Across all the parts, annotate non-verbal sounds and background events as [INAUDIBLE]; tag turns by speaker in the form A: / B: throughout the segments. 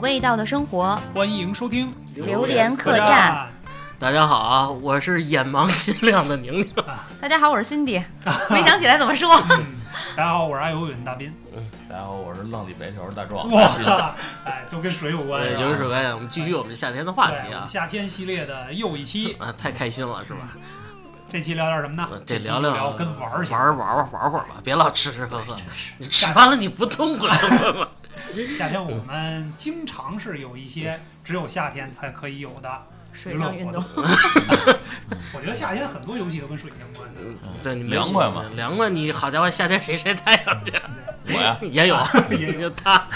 A: 味道的生活，
B: 欢迎收听
A: 榴莲客栈。。
C: 大家好啊，我是眼盲心亮的宁宁。
A: 大家好，我是 Cindy，没 [LAUGHS] 想起来怎么说。
B: 大家好，我是爱游泳大斌。
D: 大家好，我是浪里白条大壮。
B: [LAUGHS] 哇，哎，都跟水有关
C: 哦对，
B: 是吧？
C: 有水感，哎我们继续我们夏天的话
B: 对
C: 题
B: 我们
C: 啊。
B: 夏天系列的又一
C: [LAUGHS]
B: 期，
C: 啊，太开心了，是吧？
B: 这期聊点什么呢？
C: 嗯这
B: 期
C: 聊
B: 就嗯聊跟
C: 玩
B: 玩儿去
C: 玩儿玩儿玩会儿吧，别老吃吃喝喝
B: 对。真是
C: 你吃完了你不痛快了吗？
B: 夏天我们经常是有一些
C: 嗯
B: 只有夏天才可以有的
A: 水上运动，
B: 我觉得夏天很多游戏都跟水相关的。
C: 对，你没
D: 凉快吗
C: 凉快，你好家伙，夏天谁晒太阳去？
D: 我呀，
C: [LAUGHS] 也有，啊
B: 也有
C: 就他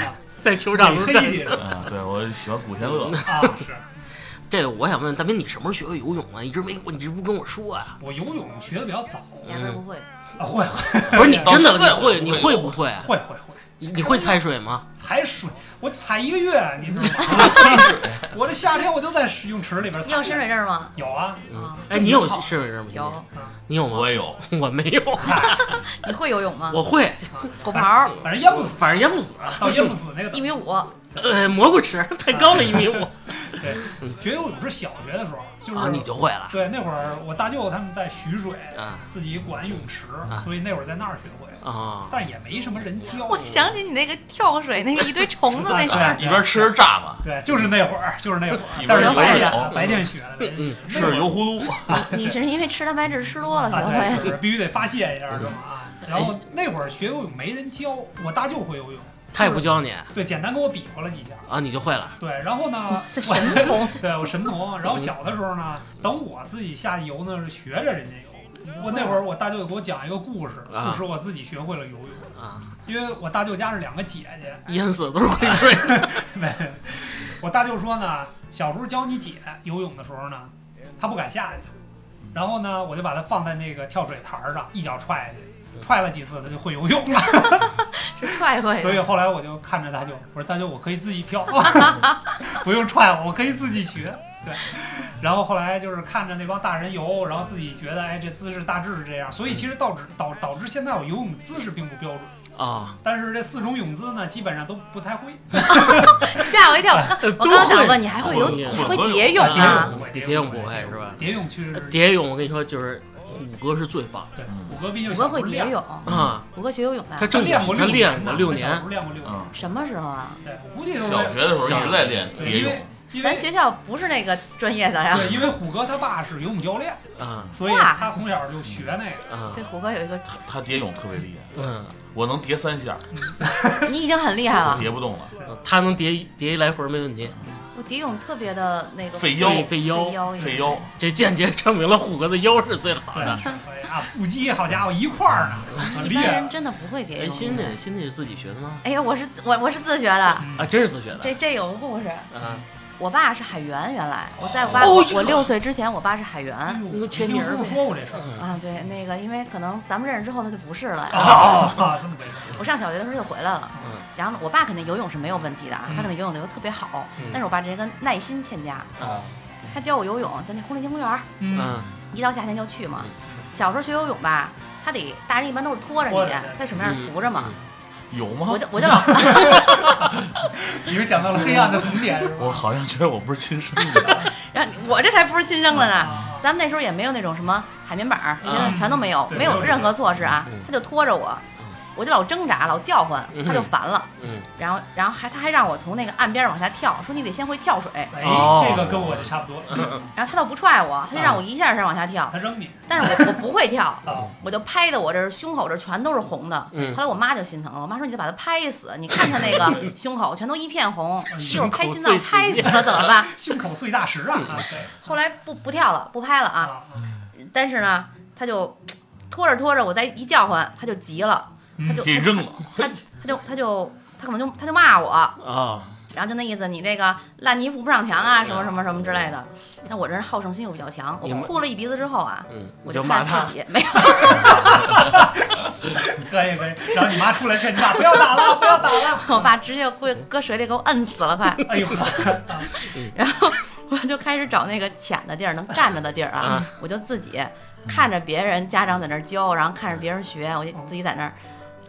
C: 在球场
B: 你
C: 上
B: 黑
C: 站。
B: 去了
D: 啊，对我喜欢古天乐。
B: 啊！是
C: 这个我想问大斌，你什么时候学会游泳啊？一直没，你一直不跟我说啊？
B: 我游泳学的比较早，
A: 压根儿不会。
B: 啊会
C: 不是你
D: 到
C: 真的
D: 现在
C: 你会你会不会
B: [LAUGHS]
C: 啊？
B: 会会会。
C: 你你会踩水吗？
B: 踩水，我踩一个月，你
C: [LAUGHS]
B: 知道吗？我这夏天我就在泳池里边踩。
A: 你有身份证吗？
B: 有啊，嗯
C: 嗯
A: 啊，
C: 哎，你有身份证吗？
A: 有，
C: 你有吗？
D: 我也有，
C: [LAUGHS] 我没有，
A: 你会游泳吗？
C: 我会，
A: 狗刨，
B: 反正淹不死，
C: 反正淹不死。啊
A: 哦
B: 到淹不死
A: [LAUGHS]
B: 那个
A: 一
B: 等级。
A: 米五，
C: [LAUGHS] 呃，蘑菇池太高了，
A: [LAUGHS]
C: 一米五啊
B: 学游泳是小学的时候，就是、
C: 啊，你就会了
B: 对那会儿我大舅他们在徐水，
C: 啊
B: 自己管泳池，所以那会儿在那儿学会，
C: 啊！
B: 但也没什么人教。
A: 我想起你那个跳水那个一堆虫子那事儿，
B: 啊
D: 一边吃着蚱嘛，
B: 对，就是那会儿，就是那会儿，
D: 一
B: 但
D: 边
A: 学
B: 是
A: 会
D: 游
B: 啊
D: 泳，
B: 白天学的，白天
C: 嗯
B: 学
D: 吃
B: 的
D: 着油葫芦。
A: [LAUGHS] 你是因为吃蛋白质吃多了学
B: 啊，对，
A: 会
B: 是必须得发泄一下，是吧？啊，
C: 嗯
B: 然后那会儿学游泳没人教，我大舅会游泳，
C: 他也不教你
B: 对，简单给我比划了几下，
C: 啊，你就会了。
B: 对，然后呢，
A: 这
B: [LAUGHS] 我
A: [LAUGHS] 神 [LAUGHS] 童，
B: 对我神童，然后小的时候呢，等我自己下去游呢，是学着人家游。我那会儿我大舅给我讲一个故事，
C: 啊
B: 促使我自己学会了游泳。
C: 啊，
B: 因为我大舅家是两个姐姐，
C: 淹死都是会
A: 哎
C: 水。
B: 没我大舅说呢，小时候教你姐游泳的时候呢，她不敢下去，然后呢，我就把她放在那个跳水台儿上，一脚踹下去，踹了几次她就会游泳了。
A: 是踹会
B: 所
A: 的。
B: 以后来我就看着大舅，我说大舅，我可以自己跳， [LAUGHS] 不用踹我，我可以自己学。对，然后后来就是看着那帮大人游，然后自己觉得，哎，这姿势大致是这样。所以其实导致导导致现在我游泳姿势并不标准，
C: 啊，
B: 但是这四种泳姿呢，基本上都不太会。
A: 吓我一跳！我刚想问你还哎会游，
C: 混
A: 还会蝶泳啊？
B: 我
C: 蝶泳不会是吧？
B: 蝶泳去实是，
C: 蝶嗯泳我跟你说，就是虎哥是最棒
B: 对，虎哥毕竟
A: 我
B: 小
A: 哥
B: 时候
A: 会
B: 练
A: 蝶，泳，
C: 啊，
A: 我哥学游泳的
C: 他。正经
B: 练过
C: 他练
B: 过
C: 过六
B: 小时
C: 年
B: 候，练过六年。
D: 嗯，
A: 什么时候啊？
B: 对，我估计就是
D: 小学的时候一直在练
B: 对
D: 蝶
B: 因
D: 泳
B: 为，因为
A: 咱学校不是那个专业的呀。
B: 对，因为虎哥他爸是游泳教练，
C: 啊
B: 所以
A: 哇
B: 他从小就学那个。
C: 啊
A: 对，虎哥有一个，
D: 他蝶泳特别厉害，
C: 嗯，
D: 我能叠三下，
A: 你已经很厉害了。
D: 叠不动了，
C: 嗯他能叠一叠一来回没问题。
A: 我蝶泳特别的那个
D: 费腰
C: 费费腰
A: 费，腰也
D: 费腰。
C: 这间接证明了虎哥的腰是最好
B: 对，
C: 的。
B: 哎呀，腹肌好家伙一块儿呢，很
A: 一
B: 厉
D: 啊
A: 般
B: 害
A: 人。真的不会蝶
C: 哎，新
A: 泳。
C: 的新的是自己学的吗？
A: 哎呀，我是自我我是自学的，
B: 嗯
C: 啊，真是自学的
A: 这这有个故事。
C: 啊。
A: 我爸是海员，原来我在我爸、
C: 哦
A: 我六岁之前，我爸是海员
B: 哎
A: 啊。
B: 呦
C: 那签名儿呗
B: 听叔叔说过这事
A: 嗯
B: 儿
C: 嗯
A: 对，那个因为可能咱们认识之后他就不是了呀。
B: 啊，这么回事儿。
A: 我上小学的时候就回来了，
C: 嗯
A: 然后呢，我爸肯定游泳是没有问题的啊，
B: 嗯
A: 他肯定游泳游得特别好，
C: 嗯
A: 但是我爸这人耐心欠佳。
C: 啊
A: 他教我游泳，在那红领巾公园儿，
B: 嗯，
C: 啊
A: 一到夏天就去嘛。小时候学游泳吧，他得大人一般都是嗯拖着
B: 拖
A: 你
B: 着的，
A: 在水面上
C: 嗯
A: 扶着嘛。
D: 有吗
A: 我？就我就老
B: 你是想到了黑暗的童年是吧？
D: 我好像觉得我不是亲生
A: [LAUGHS]
D: 的，
A: 然后我这才不是亲生的呢。
B: 啊
A: 咱们那时候也没有那种什么海绵板儿，
C: 哦嗯
A: 全都没有，
B: 对
A: 没有任何措施啊
C: 嗯。
A: 他就拖着我
C: 嗯，
A: 我就老挣扎，老叫唤，
C: 嗯
A: 他就烦了。
C: 嗯
A: 然后，然后还他还让我从那个岸边往下跳，说你得先会跳水。
B: 哎，
C: 哦
B: 这个跟我就差不多。
A: 然后他倒不踹我，他就
C: 嗯
A: 让我一下一下往下
C: [LAUGHS]
A: 跳，
B: 他扔你
A: 但是我我不会跳，
B: 啊，
A: 我就拍的我这胸口这全都是红的。
C: 嗯
A: 后来我妈就心疼了，我妈说你就把他拍死，你看他那个胸口全都一片红，一会儿
C: 嗯胸口
A: 拍心脏
C: 碎
A: 拍死
C: 片
A: 了怎么办？
B: 胸口碎大石啊！啊对
A: 后来不不跳了，不拍了啊。
B: 啊，
A: 但是呢，他就拖着拖着，我再一叫唤，他就急了，
B: 嗯
A: 他就
D: 给扔了，
A: 他他就他就他可能就他就骂我，
C: 啊
A: 然后就那意思，你这个烂泥扶不上墙啊，什么什么什么之类的。但我这人好胜心又比较强，我
C: 你们
A: 哭了一鼻子之后啊，
C: 嗯，
A: 我
C: 你
A: 就
C: 就
A: 骂
C: 骂
A: 自
C: 他
A: 己， [LAUGHS] 没有，
B: 可以可以。然后你妈出来劝你爸不要打了，不要打了。
A: 我爸直接给我搁水里给我摁死了，快！ [LAUGHS]
B: 哎呦，啊
A: 然后我就开始找那个浅的地儿，能站着的地儿啊
C: 啊，
A: 我就自己看着别人家长在那儿教，然后看着别人学，我就自己在那儿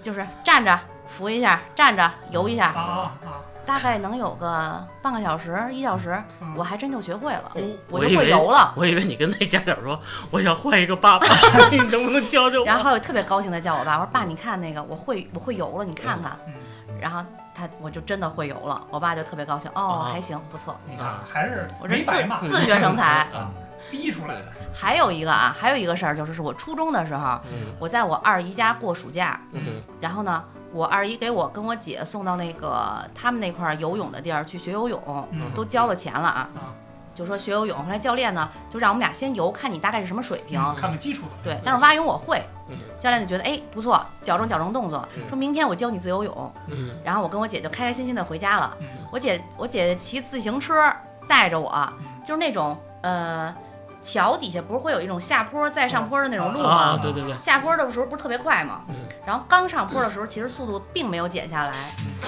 A: 就是站着扶一下，站着游一下，
B: 啊啊！
A: 大概能有个半个小时、一小时，
B: 嗯
A: 我还真就学会了，
B: 哦
A: 我
C: 我
A: 就
C: 以
A: 会
C: 为
A: 游了。
C: 我以为你跟那家长说，我想换一个爸爸，你能不能教教我？
A: 然后我特别高兴的叫我爸，我说爸，你看那个，我会我会游了，你看看。
B: 嗯，
A: 然后他我就真的会游了，我爸就特别高兴，哦，
C: 啊
A: 还行，不错。
B: 你看还是
A: 我这
B: 没白骂
A: 自自学成才。
B: 啊，逼出来的。
A: 还有一个啊，还有一个事儿就是，是我初中的时候，
C: 嗯
A: 我在我二姨家过暑假，
C: 嗯
A: 然后呢，我二姨给我跟我姐送到那个他们那块儿游泳的地儿去学游泳，
B: 嗯
A: 都交了钱了啊
B: 啊，
A: 就说学游泳。后来教练呢就让我们俩先游，看你大概是什么水平。
B: 看看基础的。
A: 对，但是蛙泳我会，
C: 嗯
A: 教练就觉得哎不错，矫正矫正动作，
C: 嗯
A: 说明天我教你自由泳。
C: 嗯
A: 然后我跟我姐就开开心心的回家了。
B: 嗯
A: 我姐我姐姐骑自行车带着我，
B: 嗯
A: 就是那种呃桥底下不是会有一种下坡再上坡的那种路
C: 嗯
A: 吗？
C: 啊，对对对，
A: 下坡的时候不是特别快吗？
C: 嗯
A: 然后刚上坡的时候，其实速度并没有减下来，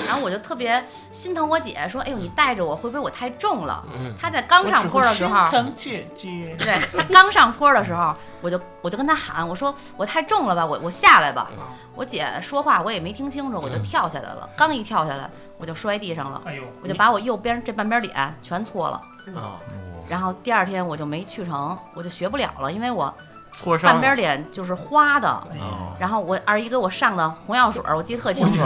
A: 然后我就特别心疼我姐，说：“哎呦，你带着我会不会我太重了
C: 嗯？”
A: 她在刚上坡的时候，
D: 疼姐姐，
A: 对她刚上坡的时候，我就我就跟她喊，我说：“我太重了吧，我我下来吧。”我姐说话我也没听清楚，我就跳下来了。刚一跳下来，我就摔地上了，
B: 哎呦，
A: 我就把我右边这半边脸全搓了。
C: 啊，
A: 然后第二天我就没去成，我就学不了了，因为我
C: 挫
A: 半
C: 伤
A: 边脸就是花的。
B: 哎呀，
D: 哦，
A: 然后我二姨给我上的红药水儿，我记得特清楚。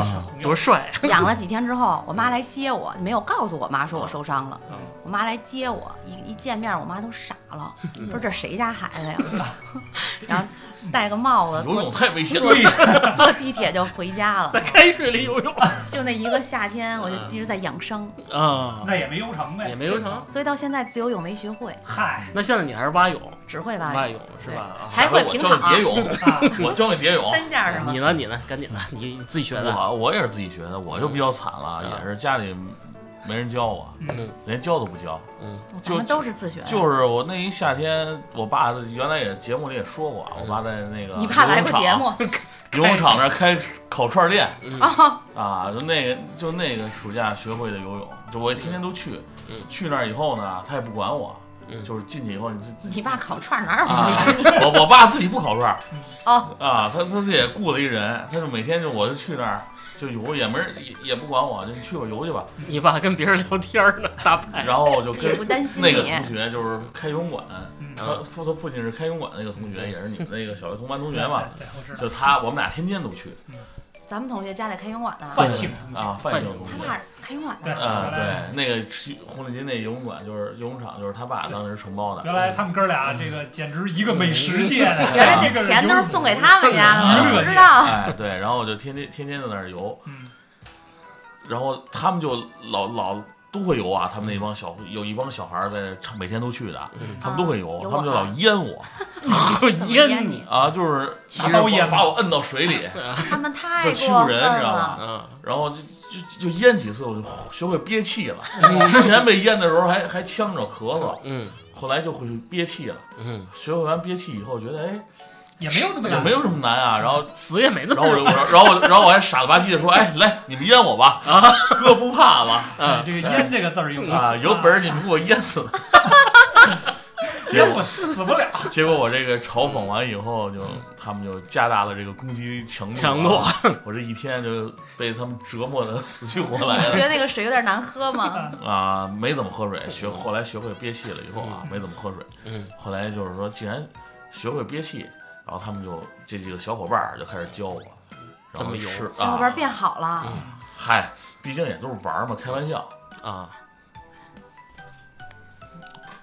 C: 多帅
A: 养了几天之后，我妈来接我，没有告诉我妈说我受伤了。
C: 啊
A: 我妈来接我，一一见面，我妈都傻了，
D: [LAUGHS]
A: 说这谁家孩子呀？然后戴个帽
D: [LAUGHS]
A: 子，
D: 游泳 [LAUGHS]
A: 坐
D: 太危险了，
B: 对呀，
A: 坐地铁就回家了
C: 在。开水里游泳
A: 就那一个夏天，我就
D: 嗯
A: 一直在养伤，
C: 啊，
B: 那也没游成
C: 也
B: 呗。
C: 没游成。
A: 所以到现在自由泳没学会，
B: 嗨，
C: 那现在你还是蛙泳，
A: 只会蛙
C: 蛙
A: 泳，
C: 泳是吧？啊
A: 还会平
D: 我
A: 躺
D: 教你蝶
A: [LAUGHS]
C: 嗯
D: 泳，
B: 啊，
D: 我教你蝶泳。
A: 三下是吗
C: 你？呢？你呢？赶紧的，你你自己学的。
D: 我我也是自己学的，我就比较惨了，
C: 嗯
D: 也是家里没人教我，
B: 嗯
D: 连教都不教。
C: 嗯
A: 咱们都是自学
C: 哎
A: 的，
D: 就是我那一夏天，我爸原来也节目里也说过，啊我爸在那个
A: 你怕来过节目
D: 游泳场游泳场那儿开烤串店
C: 嗯
A: 哦，
D: 啊，就那个就那个暑假学会的游泳，就我天天都去
C: 嗯，
D: 去那儿以后呢，他也不管我，
C: 嗯
D: 就是进去以后你自自己
A: 你爸烤串哪有
D: 啊
A: 你管你？，
D: 我我爸自己不烤串儿
A: 哦
D: 啊，他他自己也雇了一人，他就每天就我就去那儿就游，也没人也也不管我，就你去吧游去吧，
C: 你爸跟别人聊天呢，大白。
D: 然后我就跟
A: 哎也不担心
D: 那个
A: 你，
D: 同学就是开游泳馆，
B: 嗯
D: 他父他父亲是开游泳馆的那个同学，也是你们那个小学同班同学嘛，
B: 对，对我知道。
D: 就他我们俩天天都去
A: 咱们同学家里开游泳馆呢，
B: 范姓同
D: 啊，
B: 学，
D: 范姓同学
A: 他。爸开游泳馆
B: 对
A: 呢，
D: 嗯，对，那个吃红领巾那游泳馆就是游泳场，就是他爸当时承包的。
A: 啊
B: 原来他们哥俩这个简直一个美食界的，
A: 嗯
B: 啊
A: 原来这钱都是送给他们家的，我都不知道。
D: 哎，对，然后我就天天天天在那儿游，
B: 嗯
D: 然后他们就老老都会游啊，他们那帮小有一帮小孩儿在唱，每天都去的，
C: 嗯
D: 他们都会
A: 啊
D: 游，
A: 有
D: 他们就
A: 我
D: 老
A: 啊
D: 淹我
A: 怎么
C: 淹
A: 淹
C: 你
A: 你，
D: 啊，就是
B: 骑
D: 拿刀
B: 着
D: 把
B: 把
D: 我摁到水里，
A: 他们太
D: 就欺
A: 过
D: 负
A: 分
D: 人你知道
A: 了
D: 吧。
C: 嗯，
D: 然后就就就淹几次，我就学会憋气了。 [LAUGHS] 之前被淹的时候还还呛着咳嗽，
C: 嗯
D: 后来就会憋气了。
C: 嗯，
D: 学会完憋气以后，觉得哎
B: 也没有那么
D: 也
B: 大
D: 没有这么难啊，然后
C: 死也没那
D: 然后我
C: 么
D: 就我然后我然后我还傻了吧唧的说，哎，来你们淹我吧，哥不怕了
B: 哎
C: 嗯
B: 这个“淹”这个字儿用的
D: 啊，有本事你们给我淹死。结
B: 淹不
D: 果
B: 死不了。
D: 结果我这个嘲讽完以后，就他们就加大了这个攻击强度啊
C: 强度，
D: 我这一天就被他们折磨的死去
A: [LAUGHS]
D: 活来
A: 你
D: 的
A: 觉得那个水有点难喝吗？
D: 啊，没怎么喝水，学后来学会憋气了以后啊，没怎么喝水，
C: 嗯
D: 后来就是说，既然学会憋气，然后他们就这几个小伙伴儿就开始教我，然
C: 怎
D: 后
C: 么游
D: 是
A: [LAUGHS] 小伙伴
D: 啊
A: 变好了，
C: 嗯
D: 嗨，毕竟也都是玩儿嘛，开玩笑。
C: 啊，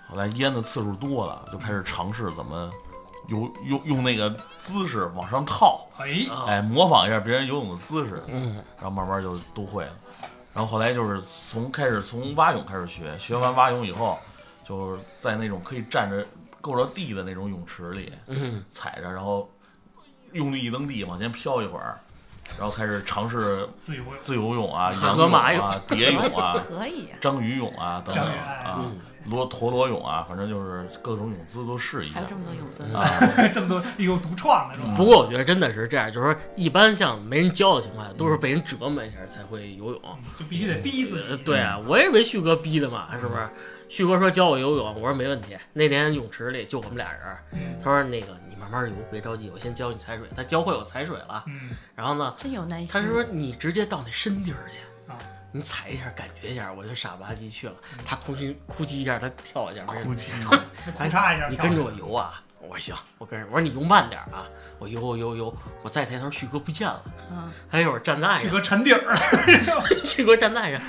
D: 后来淹的次数多了，就开始尝试怎么游用用那个姿势往上套，
B: 哎，
C: 啊
D: 哎，模仿一下别人游泳的姿势，
C: 嗯
D: 然后慢慢就都会了。然后后来就是从开始从蛙泳开始学，学完蛙泳以后，就是在那种可以站着够着地的那种泳池里
C: 嗯
D: 踩着，然后用力一蹬地往前飘一会儿，然后开始尝试
B: 自由泳
D: 自由泳
A: [LAUGHS]
D: 啊、
C: 河
D: 仰泳
C: 马
D: 啊、蝶泳啊、
A: 可以啊，
D: 章鱼泳啊等等
B: 章鱼
D: 啊
B: 哎，
C: 嗯
D: 罗陀螺泳啊，反正就是各种泳姿都试一下
A: 还有这么多泳姿呢。
D: 啊。
B: [LAUGHS] 这么多有独创的是吧？
C: 不过我觉得真的是这样，就是说一般像没人教的情况下，都是被人折磨一下才会游泳。
B: 嗯就必须得逼自
C: 嗯呃
B: 己。
C: 对啊，我也是被旭哥逼的嘛，是不是？旭哥说教我游泳，我说没问题。那天泳池里就我们俩人儿，他说那个你慢慢游，别着急，我先教你踩水。他教会我踩水了，
B: 嗯，
C: 然后呢，
A: 真有耐心。
C: 他说你直接到那深地儿去
B: 啊，嗯
C: 你踩一下，感觉一下，我就傻不拉几去了。他哭泣哭泣一下，他跳一下，没人
D: 哭泣，
B: 裤衩一下，
C: 哎你跟着我游啊！我说行，我跟着，我说你游慢点啊！我游游游游，我再抬头，旭哥不见了。
A: 嗯，
C: 他一会儿站那
B: 旭
C: 上，
B: 哥沉底儿了，
C: [LAUGHS] 旭哥站那上，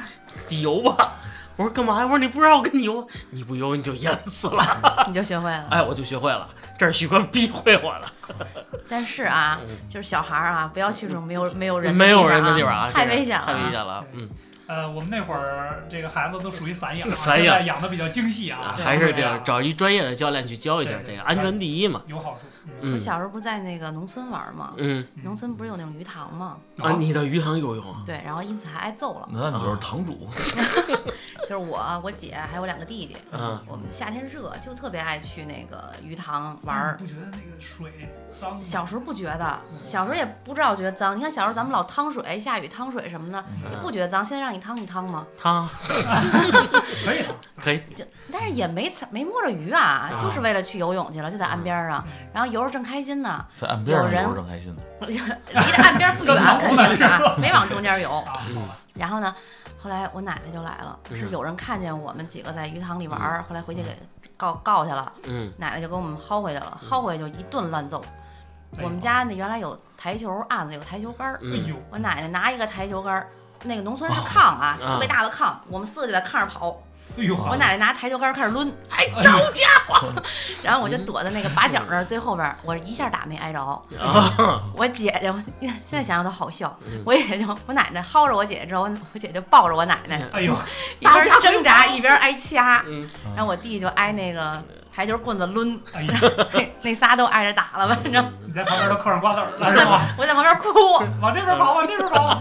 C: 你游吧。我说干嘛呀？我说你不让我跟你游，你不游你就淹死了。
A: 你就学会了。
C: 哎，我就学会了，这是旭哥逼会我了。
A: 但是啊
C: 嗯，
A: 就是小孩儿啊，不要去这种没有没有人
C: 没有人
A: 的
C: 的地
A: 地
C: 方
A: 啊，
C: 这
A: 太
C: 个
A: 危险了
C: 太危
A: 啊。
C: 险了。嗯，
B: 呃，我们那会儿这个孩子都属于散养啊，
C: 散
B: 现在
C: 养
B: 养的比较精细啊，
C: 还是这
B: 样
C: 样，找一专业的教练去教一下，
B: 对对
C: 这个安全第一嘛。
B: 有好处。
A: 我
C: 嗯
A: 小时候不是在那个农村玩吗？
C: 嗯
B: 嗯
A: 农村不是有那种鱼塘吗？
C: 啊，你到鱼塘游泳啊？
A: 对，然后因此还挨揍了。
D: 那你就是堂主，
A: 就是我、我姐还有我两个弟弟，
C: 嗯，
A: 我们夏天热就特别爱去那个鱼塘玩儿。
B: 但是
C: 嗯
B: 你不觉得那个水脏吗？
A: 小时候不觉得，小时候也不知道觉得脏。你看小时候咱们老趟水，下雨趟水什么的，
C: 嗯
A: 也不觉得脏。现在让你趟，你趟吗？
C: 汤
B: 可以啊
A: 啊
B: 的，
C: 可以，
A: 但是也没踩没摸着鱼啊，
C: 嗯啊
A: 就是为了去游泳去了，就在岸边上，
B: 嗯
A: 然后游着正开心呢，
D: 在岸边上
A: 有人
D: 游着开心呢。
A: 离着岸边不
C: [LAUGHS]
A: 远
B: 跟老，
A: 肯定是啊，没往中间游。
B: 啊，好吧，
A: 然后呢，后来我奶奶就来了，
C: 嗯
A: 是有人看见我们几个在鱼塘里玩儿，后来回去给告告去了。
C: 嗯
A: 奶奶就给我们薅回去了，薅回去就一顿乱揍。我们家那原来有台球案子，有台球杆儿，
B: 哎
C: 哎嗯
B: 呦，
A: 我奶奶拿一个台球杆儿，那个农村是炕啊，
C: 啊
A: 特别大的炕，我们四个就在炕上跑，
B: 哎呦，
A: 我奶奶拿台球杆儿开始抡，哎，
B: 呦
A: 招架我，然后我就躲在那个把角那儿最后边儿，我一下打没挨着，
C: 啊，
A: 我姐姐，我现在想想都好笑
C: 嗯，
A: 我姐就我奶奶薅着我姐姐之后，我姐就抱着我奶奶，
B: 哎呦，
A: 一边挣扎一边挨掐，
C: 嗯，
A: 然后我弟就挨那个台球棍子抡，[LAUGHS]
B: 哎呦，
A: 那那仨都挨着打了，
C: 嗯
A: 反正。
B: 你在旁边都嗑上瓜子儿
A: [LAUGHS]
B: 了是吧？
A: 我在旁边哭，
B: 往这边跑，往这边跑。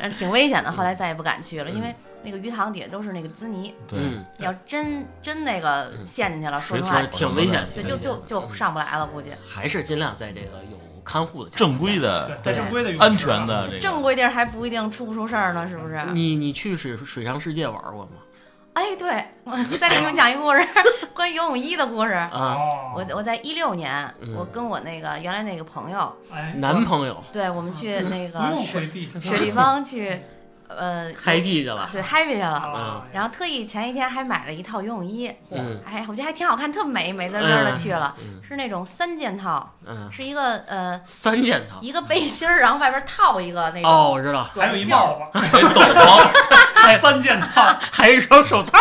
A: 嗯挺危险的。后来再也不敢去了，因为那个鱼塘底下都是那个滋泥，
D: 对，
C: 嗯，
A: 要真真那个陷进去了，说
D: 水
A: 实
D: 草
A: 话，
C: 挺危险的，
A: 就就就就上不来了，估计。
C: 还是尽量在这个有看护的情况
D: 正规的、
B: 对，在正规的泳池啊
D: 安全的这
A: 正
D: 个，
A: 规地儿还不一定出不出事儿呢，是不是？
C: 下。你你去水水上世界玩过吗？
A: 哎，对， [LAUGHS] 我再给你们讲一个故事， [LAUGHS] 关于游泳衣的故事。
C: 啊，
B: 哦，
A: 我我在一六年，
C: 嗯
A: 我跟我那个原来那个朋友，
B: 哎，
C: 男朋友
A: 对我们去那
B: 不
A: 个
B: 用
A: 水
B: 回避，
A: 水立方去，呃，
C: 嗨皮去了，
A: 对 happy 去了。
B: 啊，
A: 然后特意前一天还买了一套游泳衣，
C: 嗯
A: 哎，我觉得还挺好看，特美，美滋滋儿的去了，
C: 嗯
A: 是那种三件套，
C: 嗯，
A: 是一个呃
C: 三件套。
A: 一个背心儿，然后外边套一个那
C: 哦，
A: 种
C: 我知道，
B: 还有
A: 短
B: 一
A: 袖儿，[LAUGHS]
B: 帽子，
D: 哎，懂了，
B: 三件套，
C: 还有一双手套，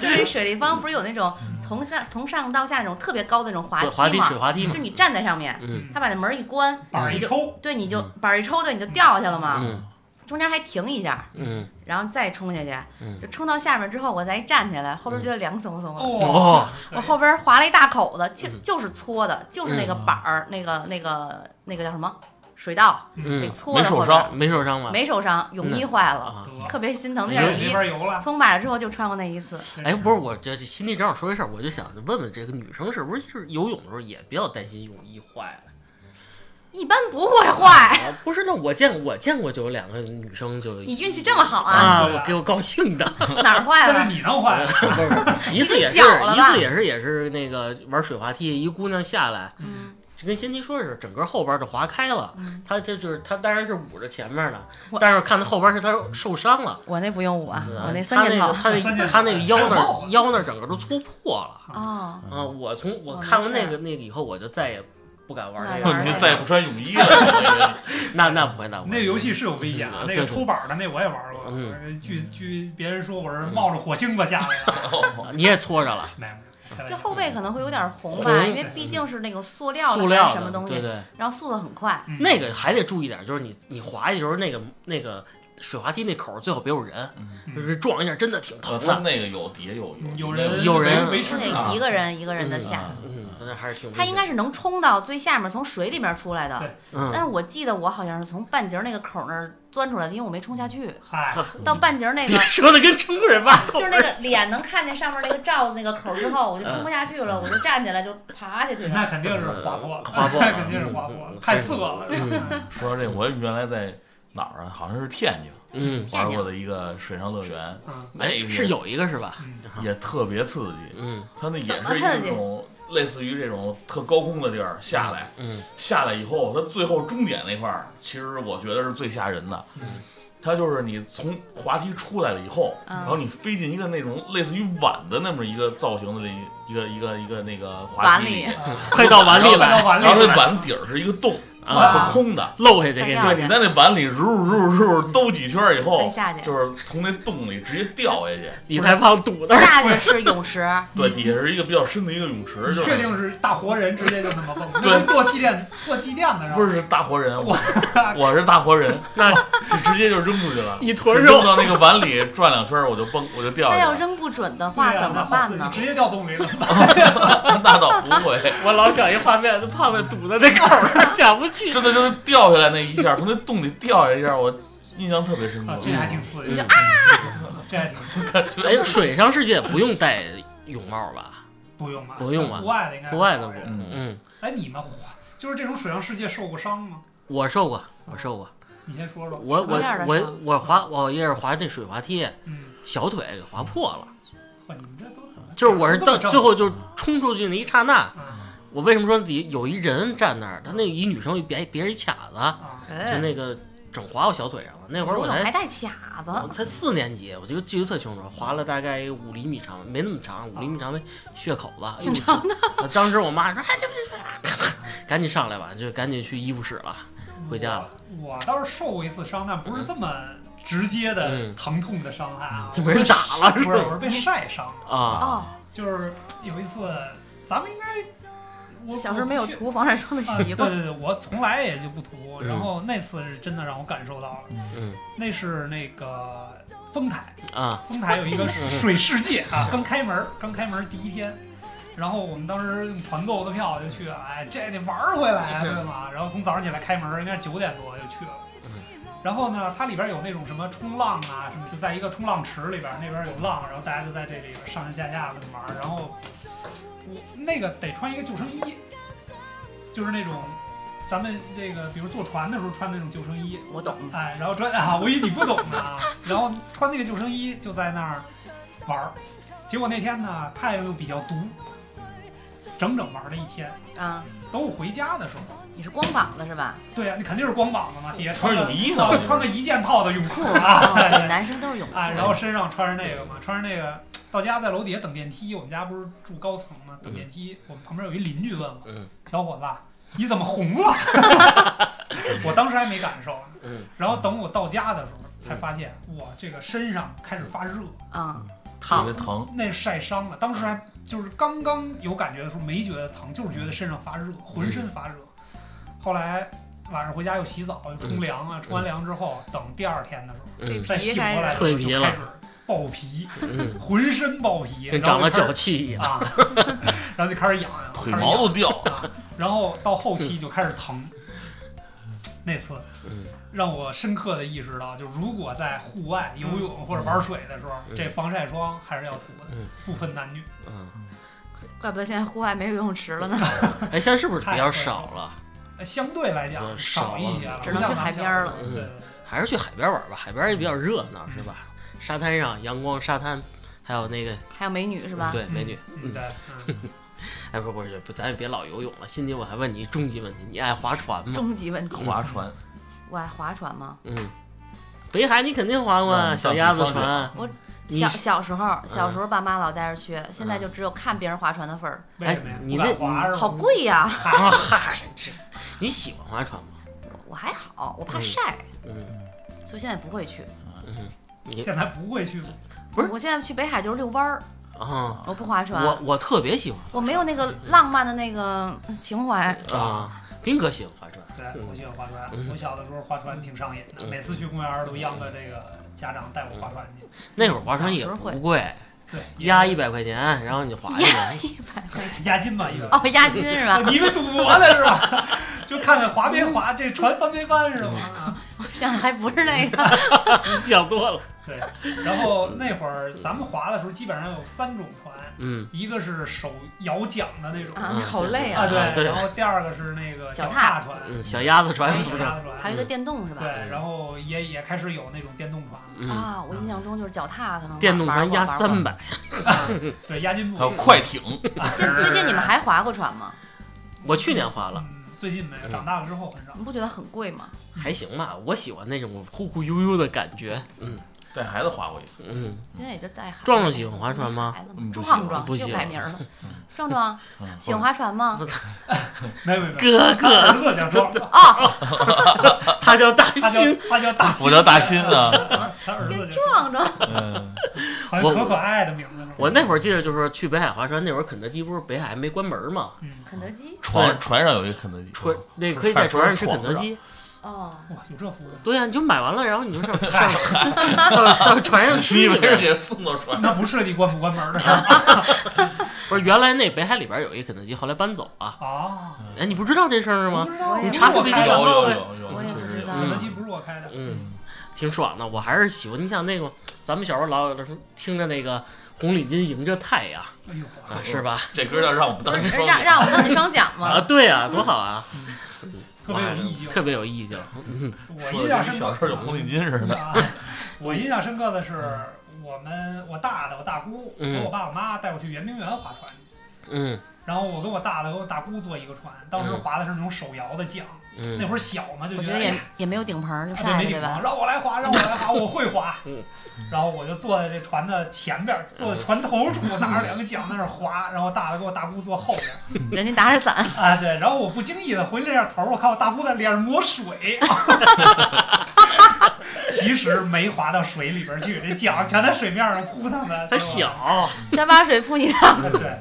A: 就是那水立方不是有那种从下从上到下那种特别高的那种滑
C: 对滑
A: 梯
C: 梯水
A: 吗？
C: 滑梯
A: 就
C: 嘛，
A: 你站在上面，
C: 嗯
A: 他把那门儿一关，
B: 板儿一抽，
A: 对，你就
C: 嗯
A: 板儿一抽，对，你就掉下去了嘛，
C: 嗯
A: 中间还停一下，
C: 嗯，
A: 然后再冲下去，
C: 嗯
A: 就冲到下面之后，我再一站起来，后边觉得凉飕飕的。
B: 哦，
C: 哦，
A: 我后边划了一大口子，就
C: 嗯
A: 就是搓的，就是那个
D: 嗯
A: 板儿，那个那个那个叫什么水道，给
C: 嗯，
A: 搓的
D: 没受
A: 后边儿
D: 伤
C: 没受伤吧？
A: 没受伤，泳衣坏了，
C: 啊，
B: 得
A: 特别心疼那
B: 没
A: 件
B: 没
A: 衣
B: 法。游了。
A: 从买了之后就穿过那一次，
C: 哎，不是，我这这心里正好说这事儿，我就想问问这个女生是不是就是游泳的时候也比较担心泳衣坏了？
A: 一般不会坏。
C: 啊，不是，那我见过我见过就有两个女生就
A: 哎你运气这么好啊，
C: 啊，我给我高兴的，
A: 哪儿坏
B: 但
A: 了？
B: 是你
C: [LAUGHS]
B: 能换，
C: 不是不是一次也是
A: 你搅了
C: 一
A: 吧
C: 次也是也是那个玩水滑梯，一姑娘下来，
A: 嗯，
C: 就跟仙姬说的是，整个后边就划开了
A: 嗯。
C: 她这就是她当然是捂着前面的
A: 我，
C: 但是看她后边是她受伤了。
A: 我那不用捂啊，我那
C: 她
A: 三
C: 嗯那
A: 件套
C: 个她
B: 三
C: 那
B: 件套
C: 她那个腰那
B: 还有帽嗯
C: 儿腰那儿整个都搓破了
A: 哦，
C: [LAUGHS] 啊！我从我
A: 我没
C: 看完那
A: 事
C: 个那个以后，我就再也不敢玩那
A: 那玩儿
C: 个。
D: 你就再也不穿泳衣了。 [LAUGHS]
C: 那那不会，那不
B: 那
C: 会。
B: 个游戏是有危险啊，那
C: 对
B: 个
C: 啊嗯对
B: 抽板儿的那我也玩过，呃
C: 嗯
B: 据据别人说我是冒着火星子下来
C: [LAUGHS]
B: 的，
D: 哦
C: 啊你也搓着了，
B: 没有，没有
A: 就后背可能会有点红吧，
C: 红
A: 因为毕竟是那个塑料的
C: 塑
A: 还
C: 料
A: 是什么
C: 的
A: 东
C: 对
A: 西，
C: 对。
A: 然后速度很快。
B: 嗯
C: 那个还得注意点，就是你你滑的时候，那个那个水滑梯那口儿最好别有人，
B: 嗯
C: 就是撞一下真的挺
D: 呃
C: 疼
D: 他
C: 的。
D: 那个有底下有
B: 有人
C: 有人
B: 维维持啊
A: 是
B: 秩序
A: 得一个人一个人的下，
D: 啊
C: 嗯，那还是挺危险的。
A: 他应该是能冲到最下面，从水里面出来的
B: 对。
A: 但
C: 嗯，
A: 是我记得我好像是从半截儿那个口儿那儿钻出来的，因为我没冲下去，
B: 嗨，
C: 嗯
A: 到半截儿那
C: 你
B: [LAUGHS]
A: 个
C: 说的跟陈贵人吧，
A: 就是那个脸能看见上面那个罩子那个口儿之后，我就
C: 嗯
A: 撑不下去了，我就站起来就爬下去了。
B: 那肯定是划破了，
C: [LAUGHS] 划破了
B: 那肯定是划破
C: 嗯
B: 了，太色了。是吧
D: 嗯说到这个，我原来在哪儿啊？好像是天津
C: 嗯，
A: [LAUGHS] 天
D: 玩
A: 津
D: 过的一个水上乐园，
B: 嗯
D: 那
C: 哎，
D: 个
C: 是有一个是吧？
B: 嗯
D: 也特别刺激。
C: 嗯
D: 它那也
A: 啊怎么刺激
D: 是一种类似于这种特高空的地儿下来，
C: [LAUGHS] 嗯
D: 下来以后，它最后终点那块儿，其实我觉得是最吓人的。
B: 嗯
D: 它就是你从滑梯出来了以后，
A: 嗯
D: 然后你飞进一个那种类似于碗的那么一个造型的一个一个一个那个滑
A: 碗
D: 梯
A: 里，
C: 快到碗里
B: 快
C: 来
B: 到碗里
D: 然后那
B: 了，
D: 碗底儿是一个洞，
C: 啊，
D: 是空的。
C: 漏下去给
A: 啊
C: 你。
D: 对，你在那碗里揉揉揉揉兜几圈以
C: 哦
A: 再
D: 后，
A: 下去，
D: 就是从那洞里直接掉下去。
C: 你太胖堵那
A: [LAUGHS]
C: 儿，
A: 下去是泳
C: [LAUGHS]
A: 池，
D: 对，底下是一个比较深的一个泳池，
C: 嗯
B: 你
D: 就
B: 确
D: 是
B: 定是大活人直接就那么蹦？
D: 对
B: 那是做气垫做气垫的是吧？
D: 不是是大活人，我我是大活人，
C: 那
D: 就直接就扔出去了。
C: 一坨
D: 就扔
C: 肉，
D: 到那个碗里转两圈儿，我就蹦，我就掉
A: 那
D: 下
A: 要
D: 去了。
A: 扔不准的
B: 对呀，啊
A: 话怎么
B: 那好
A: 办
B: 刺激
A: 呢
B: 你？直接掉洞里了，
D: [LAUGHS] 那倒不会，
C: [LAUGHS] 我老想一画面，那胖子堵在那口儿 [LAUGHS] 上下不去。
D: [LAUGHS] 真的就是掉下来那一下，从那洞里掉下来一下，我印象特别深刻
B: 啊，这。还挺刺激
C: 嗯
B: 的，
A: 啊
B: 这还挺刺激
C: 哎，水上世界不用戴泳帽吧？
B: 不用吧？
C: 不用吧
B: 户外的应该
C: 户外的不
B: 不。
D: 嗯，
C: 嗯，
B: 哎，你们就是这种水上世界受过伤吗？
C: 我受过，我受过，
B: 你先说说。
C: 我
A: 什么样
C: 我
A: 的
C: 我
A: 伤
C: 我滑，我也是滑那水滑梯，
B: 嗯，
C: 小腿给划破了。
B: 嚯，你们这都怎么？
C: 就是我是到
B: 这么嗯
C: 最后就是冲出去那一刹那，
B: 啊
C: 我为什么说底有一人站那儿？他那一女生别别人一卡子，
B: 啊，
C: 就
A: 哎
C: 那个整划我小腿上了。那会儿
A: 游
C: 我哦
A: 泳还
C: 才
A: 带卡子，
C: 我才四年级，我就记得特清楚，划了大概五厘米长，没那么长，五厘米长的血口子，哎
A: 挺长的。
C: 我当时我妈说：“哎，这不是，赶紧上来吧，就赶紧去医务室了。回家了
B: 嗯我。我倒是受过一次伤，但不是这么直接的
C: 嗯
B: 疼痛的伤害啊，
C: 就没人打了
B: [LAUGHS]
C: [LAUGHS]
B: 不是，我是被晒伤了。”
C: 啊，
A: 哦，
B: 就是有一次，咱们应该我
A: 小时候没有
B: 我不确
A: 涂防晒霜的
B: 啊，
A: 习
B: 对
A: 惯，
B: 对对，我从来也就不涂。
C: 嗯
B: 然后那次是真的让我感受到了，
C: 嗯
B: 那是那个丰台，
C: 啊，
B: 丰台有一个
C: [LAUGHS] 这个嗯
B: 水世界啊，刚开门儿，刚开门儿第一天。然后我们当时用团购的票就去了，哎，这得玩儿回来啊，
C: 嗯
B: 对吗？然后从早上起来开门儿，应该是九点多就去了
C: 嗯。
B: 然后呢，它里边有那种什么冲浪啊，什么就在一个冲浪池里边，那边有浪，然后大家就在这里上上下下的玩儿。然后我那个得穿一个救生衣，就是那种咱们这个比如坐船的时候穿那种救生衣，
A: 我懂。
B: 哎，然后穿啊，我以为你不懂呢啊，然后穿那个救生衣就在那儿玩儿，结果那天呢太阳又比较毒，整整玩了一天。
A: 啊，
B: 等我回家的时候，
A: 你是光膀子是吧？
B: 对呀、你肯定是光膀子嘛，底下
D: 穿
B: 穿
D: 着
B: 个
D: 泳衣呢
B: 啊，穿个一件套的泳裤
A: 哦，对，
B: 啊，
A: 男生都是泳裤。
B: 哎，然后身上穿着那个嘛，穿着那个到家在楼底下等电梯，我们家不是住高层嘛，等电梯，我们旁边有一邻居问我，
C: 嗯
B: 小伙子，你怎么红了？ [LAUGHS] 我当时还没感受，啊
C: 嗯，
B: 然后等我到家的时候，才发现哇，这个身上开始发热，
A: 嗯，
D: 特
C: 烫
D: 别疼，
B: 那是晒伤了。当时还就是刚刚有感觉的时候，没觉得疼，就是觉得身上发热，浑身发热。后来晚上回家又洗澡，又冲凉啊，冲完凉之后，等第二天的时候
A: 蜕
C: 嗯
B: 再
A: 皮
B: 醒过来
A: 开
B: 的
A: 始
B: 时候，
C: 蜕皮
B: 就
C: 了
B: 开始爆皮，
C: 嗯，
B: 浑身爆皮，
C: 跟
B: 然
C: 长
B: 后
C: 了
B: 就开
C: 脚
B: 始
C: 气一样。
B: 啊， [LAUGHS] 然后就开始痒痒，
D: 腿
B: 开始
D: 毛
B: 痒
D: 都掉了。
B: 啊，然后到后期就开始疼。那次
C: 嗯
B: 让我深刻的意识到，就如果在户外游泳或者玩水的时候，
C: 嗯
B: 这防晒霜还是要涂的
C: 嗯，
B: 不分男女。
C: 嗯，
A: 怪不得现在户外没有游泳池了呢，
C: 哎，现在是不是比较少了？
B: 呃相对来讲
C: 嗯
B: 少一些了，
A: 只能
B: 不
A: 去
B: 像咱
A: 海
B: 们
A: 边儿
B: 小
A: 了
B: 时候对，
C: 还是去海边玩吧，海边也比较热闹，是吧？沙滩上阳光，沙滩，还有那个
A: 还有美女是吧？
C: 对美女。
B: 嗯对，嗯
C: 哎，不不是不，咱也别老游泳了。心姐，我还问你终极问题，你爱划船吗？
A: 终极问题，
D: 划船，
A: 我爱划船吗？
C: 嗯，北海你肯定划过啊，
D: 嗯
C: 小鸭子
D: 上次
C: 船。
A: 我
C: 你嗯
A: 小小时候，小时候爸妈老带着去，现在就只有看别人划船的份儿，
B: 为什么呀？
C: 哎你
B: 不敢
C: 那
B: 滑是吧？
A: 好贵呀！
C: 啊嗨，这你喜欢划船吗？
A: 我我还好，我怕晒，
C: 嗯
A: 所以现在不会去。
C: 嗯，你
B: 现在不会去了，
C: 不是
A: 我现在去北海就是遛弯儿，
C: 啊，
A: 我不划船，
C: 我我特别喜欢
A: 我没有那个浪漫的那个情怀。 [LAUGHS]
C: 啊，斌哥喜欢划船。
B: 对，
C: 嗯
B: 我喜欢划船。
C: 嗯
B: 我小的时候划船挺上瘾的，
C: 嗯
B: 每次去公园儿都央着这个家长带我划船去。
C: 那会儿划船也
A: 小时候会
C: 不贵，
B: 对，
C: 嗯压一百块钱，然后你就划去
A: 压
C: 了。
A: 一百块钱
B: [LAUGHS] 押金吧，一个。
A: 哦，押金是
C: [LAUGHS]
A: 吧？
B: 你们赌博呢是吧？ [LAUGHS] 就看看划没划，这船翻没翻是
C: 嗯
B: 吗？
A: 我想还不是那个，
C: 你 [LAUGHS] 想多了。
B: 对。然后那会儿咱们划的时候，基本上有三种船，
C: 嗯，
B: 一个是手摇桨的那种
A: 啊那好累
B: 啊，
A: 啊
B: 对。
C: 对
B: 然，后第二个是那个
A: 脚踏
B: 踏船，
C: 嗯，小鸭子船
B: 然后
C: 是
B: 脚
C: 不是？
B: 踏船
A: 还有一个电动是吧？
B: 对，然后也也开始有那种电动船，
C: 嗯，
A: 啊，我印象中就是脚踏可能
C: 电动船压三
A: 百。
C: 百，
B: 对，押金不
D: 还有快艇，
A: 现最近你们还划过船吗？
C: 我去年划了。
B: 嗯最近没有，
C: 嗯
B: 长大了之后很少。
A: 你不觉得很贵吗？
C: [LAUGHS] 还行吧，我喜欢那种忽忽悠悠的感觉。嗯
D: 带孩子滑过一次，
C: 嗯，
A: 现在也就带孩子。
C: 壮壮喜欢划船吗
A: 孩子
D: 嗯
A: 们？
D: 不喜
A: 壮
D: 欢
A: 壮
C: 不喜
A: 又
C: 欢
A: 改名了。壮壮
D: 嗯
A: 喜欢划船吗？
B: 没有没有，没有他
C: 哥哥，
B: 儿子叫壮壮，
A: 哦，
C: 他叫大
B: 他叫
C: 新，
B: 他叫大新，
D: 我叫大新啊，
A: [LAUGHS]
B: 他儿子叫
A: 壮壮。
D: 嗯，
B: 好像可可爱的名字呢。
C: 我那会儿记得就是说去北海划船，那会儿肯德基不是北海没关门嘛，
B: 嗯，
A: 肯德基
D: 船船上有一个肯德基，
C: 船那可以在船上吃肯德基。
A: 哦，
B: 哇，有这服务，
C: 对呀、你就买完了，然后你就上上到到船上吃
D: 嗯你以
C: 去
D: 为是
C: 呗。 [LAUGHS]
D: 给送到船上？
B: 那不涉及关不关门的事儿
C: 不是，原来那北海里边有一肯德基，后来搬走了。
B: 啊。
C: 哎，你不知道这事儿
B: 我
C: 吗
B: 不？知道，
A: 你
B: 不是
C: 查
B: 我
C: 过
B: 开的
D: 嗯有有
C: 我
D: 有有，
A: 我也
D: 确
A: 不
D: 实
A: 知道
D: 有。
B: 哎肯德
C: 嗯
B: 基不是我开的，
C: 嗯，挺爽的。我还是喜欢，你想那个，咱们小时候老有的时候听着那个红领巾迎着太阳，
B: 哎呦，
C: 啊，是吧？
D: 这歌要让我们
A: 不
D: 当
A: 是
D: 时说，
A: 让让我当你双桨
C: 啊，
A: 吗？
C: 对呀、多好啊！
B: 特别有意境。
C: 特别有意境。
B: 我
D: 说
B: 印
D: 的跟
B: 象深刻
D: 小时候有红领巾似的。
B: 啊，我印象深刻的是，我们我大的我大姑
C: 嗯
B: 和我爸我妈带我去圆明园划船，
C: 嗯
B: 然后我跟我大的和我大姑坐一个船，当时
C: 嗯
B: 划的是那种手摇的桨，那
C: 嗯，
B: 会儿小嘛就
A: 我
B: 觉
A: 觉
B: 得
A: 得
B: 哎
A: 也
B: 呀
A: 也没有顶棚，就
B: 对
A: 晒
B: 啊没
A: 了
B: 地
A: 对
B: 方，
A: 吧？
B: 让我来划，让我来划，我会划
C: 嗯。
B: [LAUGHS] 然后我就坐在这船的前边，坐在船头处，拿着两个桨在那儿划，然后大的跟我大姑坐后边。
A: 人家拿着伞，
B: [LAUGHS] 啊，对，然后我不经意的回了一下头，我看我大姑在脸上抹水， [LAUGHS] 其实没滑到水里边去，这桨全在水面上扑腾的。
C: 它
B: 对吧，
C: 小，
A: 先把水扑你 [LAUGHS] 的。
B: 对，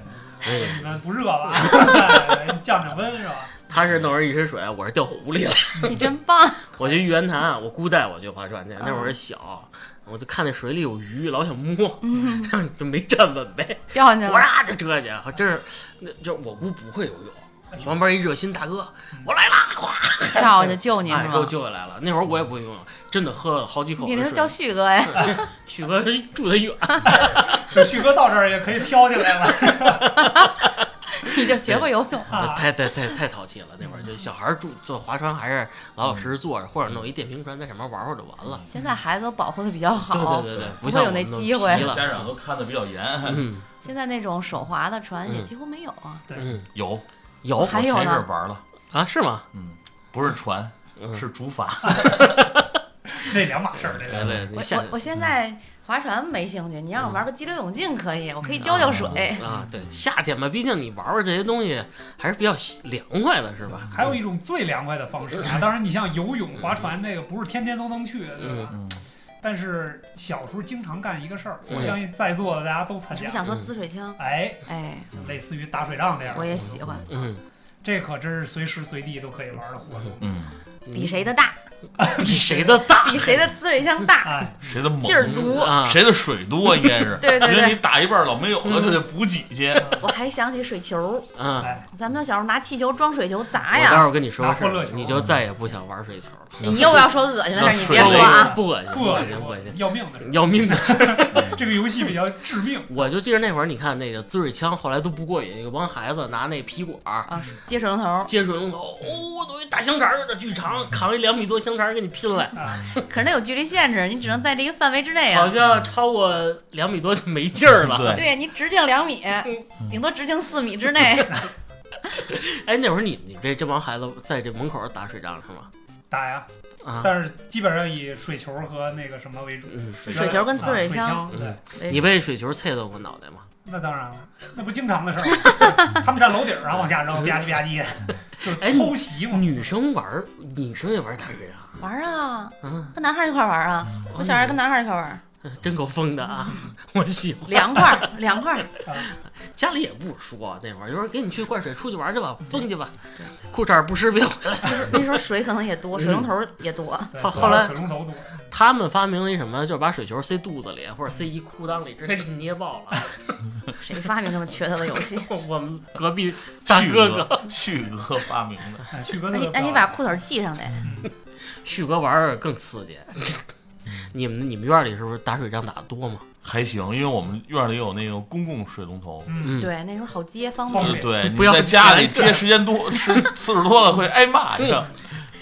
C: 嗯，
B: 你们不热吧？ [LAUGHS] 哎降降温是吧？
C: 它是弄人一身水，我是掉湖里了。
A: 你真棒！
C: 我去玉渊潭，啊我姑带我去划船去，
B: 啊
C: 那会儿小，我就看那水里有鱼，老想摸， [LAUGHS]
A: 嗯，
C: 就没站稳呗。
A: 掉下去了。
C: 哇就折去，还真是，那就我姑不会游
B: 哎
C: 泳，
B: 呦
C: 旁边一热心大哥，
B: 嗯
C: 我来啦，
A: 跳下去救你是
C: 哎，给我
A: 吗？
C: 救下来了。那会儿我也不会游泳，真的喝了好几口
A: 你那
C: 的水
A: 是。叫旭哥呀？
C: [LAUGHS] 旭哥住得远，
B: 这旭哥到这儿也可以飘起来了
A: 你就学会游泳。
B: 啊！
C: [LAUGHS] 太太太太淘气了。那会儿就小孩儿住坐划船，还是老老实实坐着，或者弄一电瓶船在上面玩会儿就完了。
A: 现在孩子都保护的比较
C: 对
A: 嗯好，
C: 对对对，
A: 不
C: 不
A: 会
C: 像
A: 有
C: 我
A: 那
C: 们都
A: 机会
C: 皮了
D: 家长都看的比较严，
C: 嗯
A: 现在那种手滑的船也
C: 嗯
A: 几乎没有啊。
C: 嗯，
D: [LAUGHS] 有
C: 有
A: 还有
D: 我前一
A: 呢
D: 阵儿玩了，
C: 啊是吗？
D: 嗯，不是船，
C: 嗯，
D: 是竹筏，
B: 那两码事儿，这
C: 来
B: 个
C: 来，你
A: 我
C: 下嗯
A: 我我现在划船没兴趣，你让我玩个激流勇进可以，我可以浇浇水。
C: 嗯啊，对夏天嘛，毕竟你玩玩这些东西还是比较凉快的，是吧？
B: 还有一种最凉快的方式啊！当然，你像游泳、划船这个不是天天都能去，对吧？
D: 嗯，
B: 但是小时候经常干一个事儿，我
C: 嗯
B: 相信在座的大家都参
A: 你是不是想
B: 加。
A: 说滋水枪？
B: 哎，
A: 哎，
B: 就类似于打水仗这样的。
A: 我也喜欢，
C: 嗯，
B: 这可真是随时随地都可以玩的活动。
D: 嗯，
A: 比谁的大，
C: [LAUGHS] 比谁的大，
A: 比谁的滋水枪
C: [LAUGHS]
A: 大，
B: 哎，
D: 谁的猛，
A: 劲儿足。，
C: 啊？
D: 谁的水多，应该是
A: 对对
D: 因为
A: 对，
D: 你打一半老没有了，就得补给去。
A: 我还想起水球，
C: 嗯，
A: 咱们都小时候拿气球装水球砸
C: 我待
A: 呀。
C: 会儿跟你说个事
B: 拿欢乐
C: 儿，
B: 球
C: 你就再也不想玩水球了。
A: 你又要说恶心的事儿，你别
D: 那
A: 说
D: 水
A: 啊。
C: 不恶心，
B: 不
C: 不
B: 恶
C: 恶
B: 心
C: 心，不恶心，
B: 要命的是，
C: 要命的！
B: 这个游戏比较致命。
C: 我就记得那会儿，你看那个滋水枪，后来都不过瘾，有帮孩子拿那皮管儿
A: 啊，接水龙头，
C: 接水龙头，哦，都一大香肠似的，巨长，扛一两米多香肠给你拼来，
B: 啊，
A: 可是它有距离限制，你只能在这个范围之内
C: 好
A: 啊。
C: 像超过两米多就没劲儿了。
D: [LAUGHS] 对，
A: 对你直径两米，顶多直径四米之
C: [LAUGHS]
A: 内。
C: 哎，那会儿你你这这帮孩子在这门口打水仗是吗？
B: 打呀！
C: 啊，
B: 但是基本上以水球和那个什么为主，
C: 嗯，
A: 水球跟滋
B: 啊
A: 水
B: 水
A: 枪
B: 枪，对，
C: 你被水球啐到过脑袋吗？
B: 那当然了，那不经常的事儿。他们站楼顶儿，然后往下扔，吧唧吧唧，就是偷袭嘛。
C: 哎女生玩儿，女生也玩打水仗，
A: 玩儿啊，
C: 嗯，
A: 跟男孩儿一块儿玩儿啊。我小时候跟男孩儿一块儿玩儿，
C: 真够疯的啊！我喜欢。
A: 凉快儿，凉快儿。
C: 家里也不说，啊那会儿就说给你去灌水，出去玩去吧，疯去吧，裤衩不湿别回来。
A: 那时候水可能也多，
C: 嗯
A: 水龙头也多。
B: 对
C: 后后来
B: 水龙头多，
C: 他们发明了一什么，就是把水球塞肚子里，或者塞一裤裆里，直接给你捏爆了。
A: 谁发明这么缺德的游
C: [LAUGHS]
A: 戏？
C: 我们隔壁大
D: 旭
C: 哥哥
D: 哥，旭哥发明的，
B: 哎旭哥
A: 那 [LAUGHS]
B: 特
A: 你
B: 别
A: 那你
B: 棒
A: 把裤腿儿系上呗。
C: 旭哥玩儿更刺激。 [LAUGHS] 你们你们院里是不是打水仗打得多吗？
D: 还行，因为我们院里有那个公共水龙头。
B: 嗯，
C: 嗯，
A: 对，那时候好接方
B: 方
A: 便。
D: 呃
B: 便
D: 对，
C: 不
D: 你
C: 要
D: 在家里
C: 钱
D: 接时间多、时次数多了会挨骂的，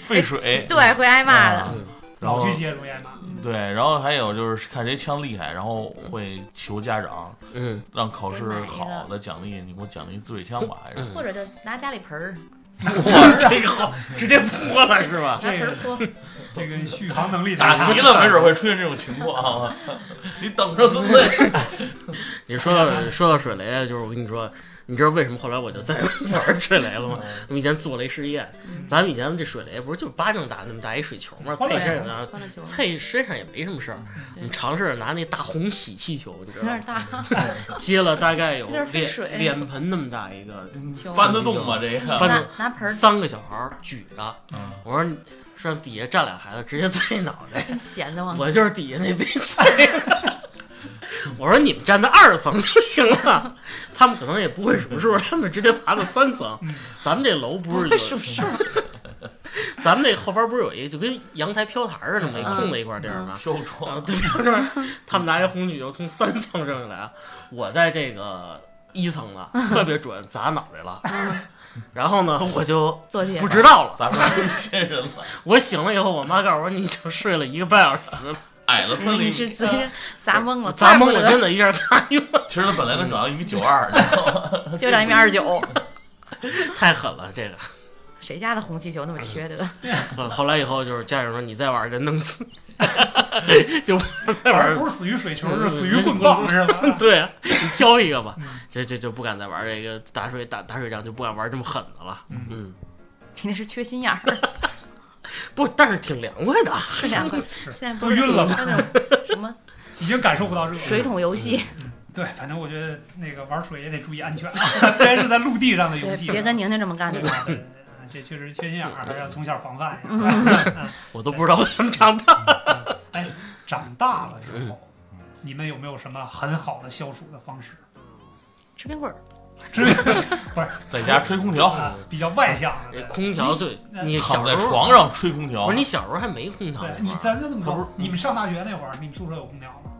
D: 费水。
A: 对，会挨骂的。
D: 啊
C: 嗯
D: 然后
B: 老去接容易骂。
D: 对，然后还有就是看谁枪厉害，然后会求家长
C: 嗯
D: 让考试好的奖励，你给我奖励滋水枪吧，还是
C: 嗯，
A: 或者就拿家里盆儿，
C: 哇， [LAUGHS] 这个好，直接泼了是吧？
A: 拿盆儿泼，
B: 这个续航能力太
D: 打
B: 强
D: 急了没准会出现这种情况啊！你等着，孙子。
C: 你说到说到水雷，就是我跟你说，你知道为什么后来我就再也不玩水雷了
D: 嗯
C: 吗？我们以前做了一实验，咱们以前这水雷不是就巴掌打那么大一水球吗？
B: 后来
C: 在身上，
A: 翻了球，
C: 在身上也没什么事儿。我们尝试着拿那大红喜气球，你知
A: 有
C: 道吗
A: 点？大， [LAUGHS]
C: 接了大概有
A: 有点费
C: 脸
A: 水
C: 脸盆那么大一个，
A: 球
D: 搬得动吗？这个
C: 翻
A: 拿
C: 着
A: 拿
C: [LAUGHS]
A: 盆儿
C: 三个小孩儿举着，
D: 嗯
C: 我说你是让底下站俩孩子，直接栽脑袋。
A: 真闲得慌。
C: 我就是底下那被踩的。 [LAUGHS] 我说你们站在二层就行了，他们可能也不会数数，他们直接爬到三层
B: 嗯。
C: 咱们这楼不是
A: 不会
C: 有，
A: 数数，
C: [LAUGHS] 咱们这后边不是有一个就跟阳台飘台似的没
A: 嗯
C: 空的一块地儿吗？
D: 飘
C: 啊
D: 窗，，
C: [LAUGHS] 对，就是他们拿一红曲球从三层扔下来啊，我在这个一层呢，特别准砸脑袋了，
A: 嗯
C: 然后呢我就
A: 坐地铁
C: 不知道了。
D: 咱们真真人了，
C: 我醒了以后，我妈告诉我你就睡了一个半小时了，
D: 矮了三厘
A: [LAUGHS] 你
D: 米。
A: 是直接砸懵了，
C: 砸
A: 怪不
C: 懵了，
A: 得
C: 真的一下砸晕了，
D: 其实他本来能长到一米九二，你知道吗
A: 就两米二十九，
C: 太狠了这个。
A: 谁家的红气球那么缺德？ [LAUGHS]
C: 后后来以后就是家长说你再玩儿人弄死 [LAUGHS] 你，就不再玩
B: 反
C: 儿
B: 正。不是死于水球，
C: 嗯
B: 是死于棍棒，是吧？
C: 对啊，你挑一个吧
B: 嗯，
C: 这这就不敢再玩儿这个打水打打水仗，就不敢玩儿这么狠的了。
B: 嗯
C: 嗯，
A: 你那是缺心眼儿，
C: 不，但是挺凉快的啊。
A: 这两个现在不
B: 都
A: 是
B: 晕了吧
A: 还有那种什么
B: 已经感受不到热。
A: 水桶游戏，
B: 对，反正我觉得那个玩水也得注意安全，啊 [LAUGHS] 虽然是在嗯陆地上的游
A: 别
B: 戏，
A: 别跟宁宁这么干就
B: 对
A: 行。
B: 吧对对对这确实缺心眼儿，啊还是要从小
A: [LAUGHS]
B: 防范。
C: 我都不知道为什么长大。
B: [LAUGHS] 长大了之后，你们有没有什么很好的消暑的方式？
A: 吃冰棍儿，
B: 至于
D: [LAUGHS] 在家吹空调，
B: 啊，比较外向
D: 哎
C: 这
B: 的。
C: 哎空调对，你
D: 躺
C: 小
D: 在
C: 时候
D: 床上吹空调。
C: 不是你小时候还没空调
B: 呃对，
C: 呢
B: 你
C: 吧，
B: 咱就这么
D: 他不是
B: 说，你们上大学那会儿，你们宿舍有空调吗？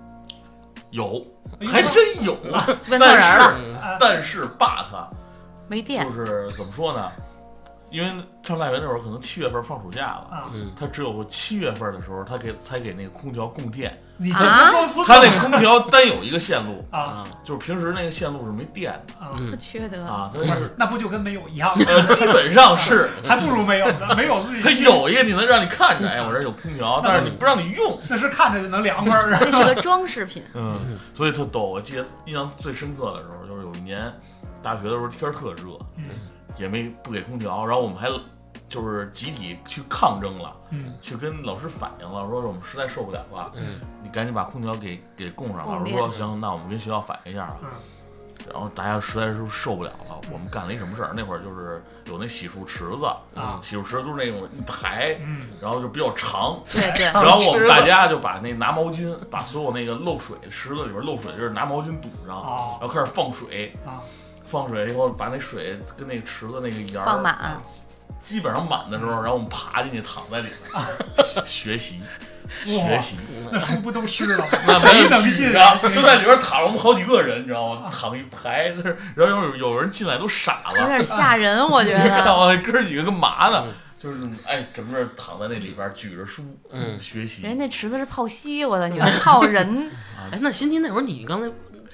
D: 有，
B: 哎呦
D: 还真有。啊
C: [LAUGHS]
A: 问错人了，
C: 嗯
B: 啊
D: 但是爸他
A: 没电
C: 哎
D: 就，是怎么说呢？因为上大学那会儿可能七月份放暑假了，
B: 啊！
C: 嗯，
D: 他只有七月份的时候，他给才给那个空调供电。
B: 你这
A: 啊
B: 不装孙子
D: 他那空调单有一个线路，
B: 啊
C: 啊，
D: 就是平时那个线路是没电的
B: 啊！
A: 不
B: [LAUGHS]
C: 嗯，
A: 缺德。
D: 啊，他
B: 不
D: 是
B: 是，那不就跟没有一样吗？
D: 呃基本上是。
B: 还不如没有呢，没有
D: [LAUGHS]
B: 自己
D: 它
B: 信
D: 有一个你能让你看着，哎，我这儿有空调，但是你不让你用，
B: 那是看着就能凉快儿啊。
A: 这是个装饰品，
D: 嗯，所以特逗。我记得印象最深刻的时候，就是有一年大学的时候天儿特热，
B: 嗯
D: 也没不给空调，然后我们还就是集体去抗争了，
B: 嗯
D: 去跟老师反映了，说是我们实在受不了了，
C: 嗯
D: 你赶紧把空调给给供上。
A: 供
D: 老师
A: 电
D: 说行，那我们跟学校反映一下啊。
B: 嗯
D: 然后大家实在是受不了了，我们干了一什么事儿？那会儿就是有那洗漱池子，嗯
B: 啊
D: 洗漱池都是那种一排，
B: 嗯，
D: 然后就比较长，
A: 对对，
D: 然后我们大家就把那拿毛巾，把所有那个漏水池子里边漏水的地儿拿毛巾堵上，
B: 哦
D: 然后开始放水
B: 啊，
D: 放水以后把那水跟那个池子那个沿
A: 放
D: 儿
A: 满，
D: 基本上满的时候，然后我们爬进去躺在里面、
B: [LAUGHS]
D: 学习学习。
C: 嗯
B: 那书不都吃了吗？
D: 那没
B: 谁
D: 人
B: 能
D: 举
B: 信
D: 啊
B: 啊？？
D: [LAUGHS] 就在里边躺了我们好几个人，你知道吗？躺一排，就是然后有有人进来都傻
A: 有
D: 了，
A: 点吓人，我觉
D: 看
A: 得。
D: 我哥几个干嘛呢
C: 嗯？
D: 就是哎，整个躺在那里边举着书，
C: 嗯
D: 学习。
A: 人家那池子是泡西瓜的，你们泡人，
C: 哎，那欣欣那会儿你刚才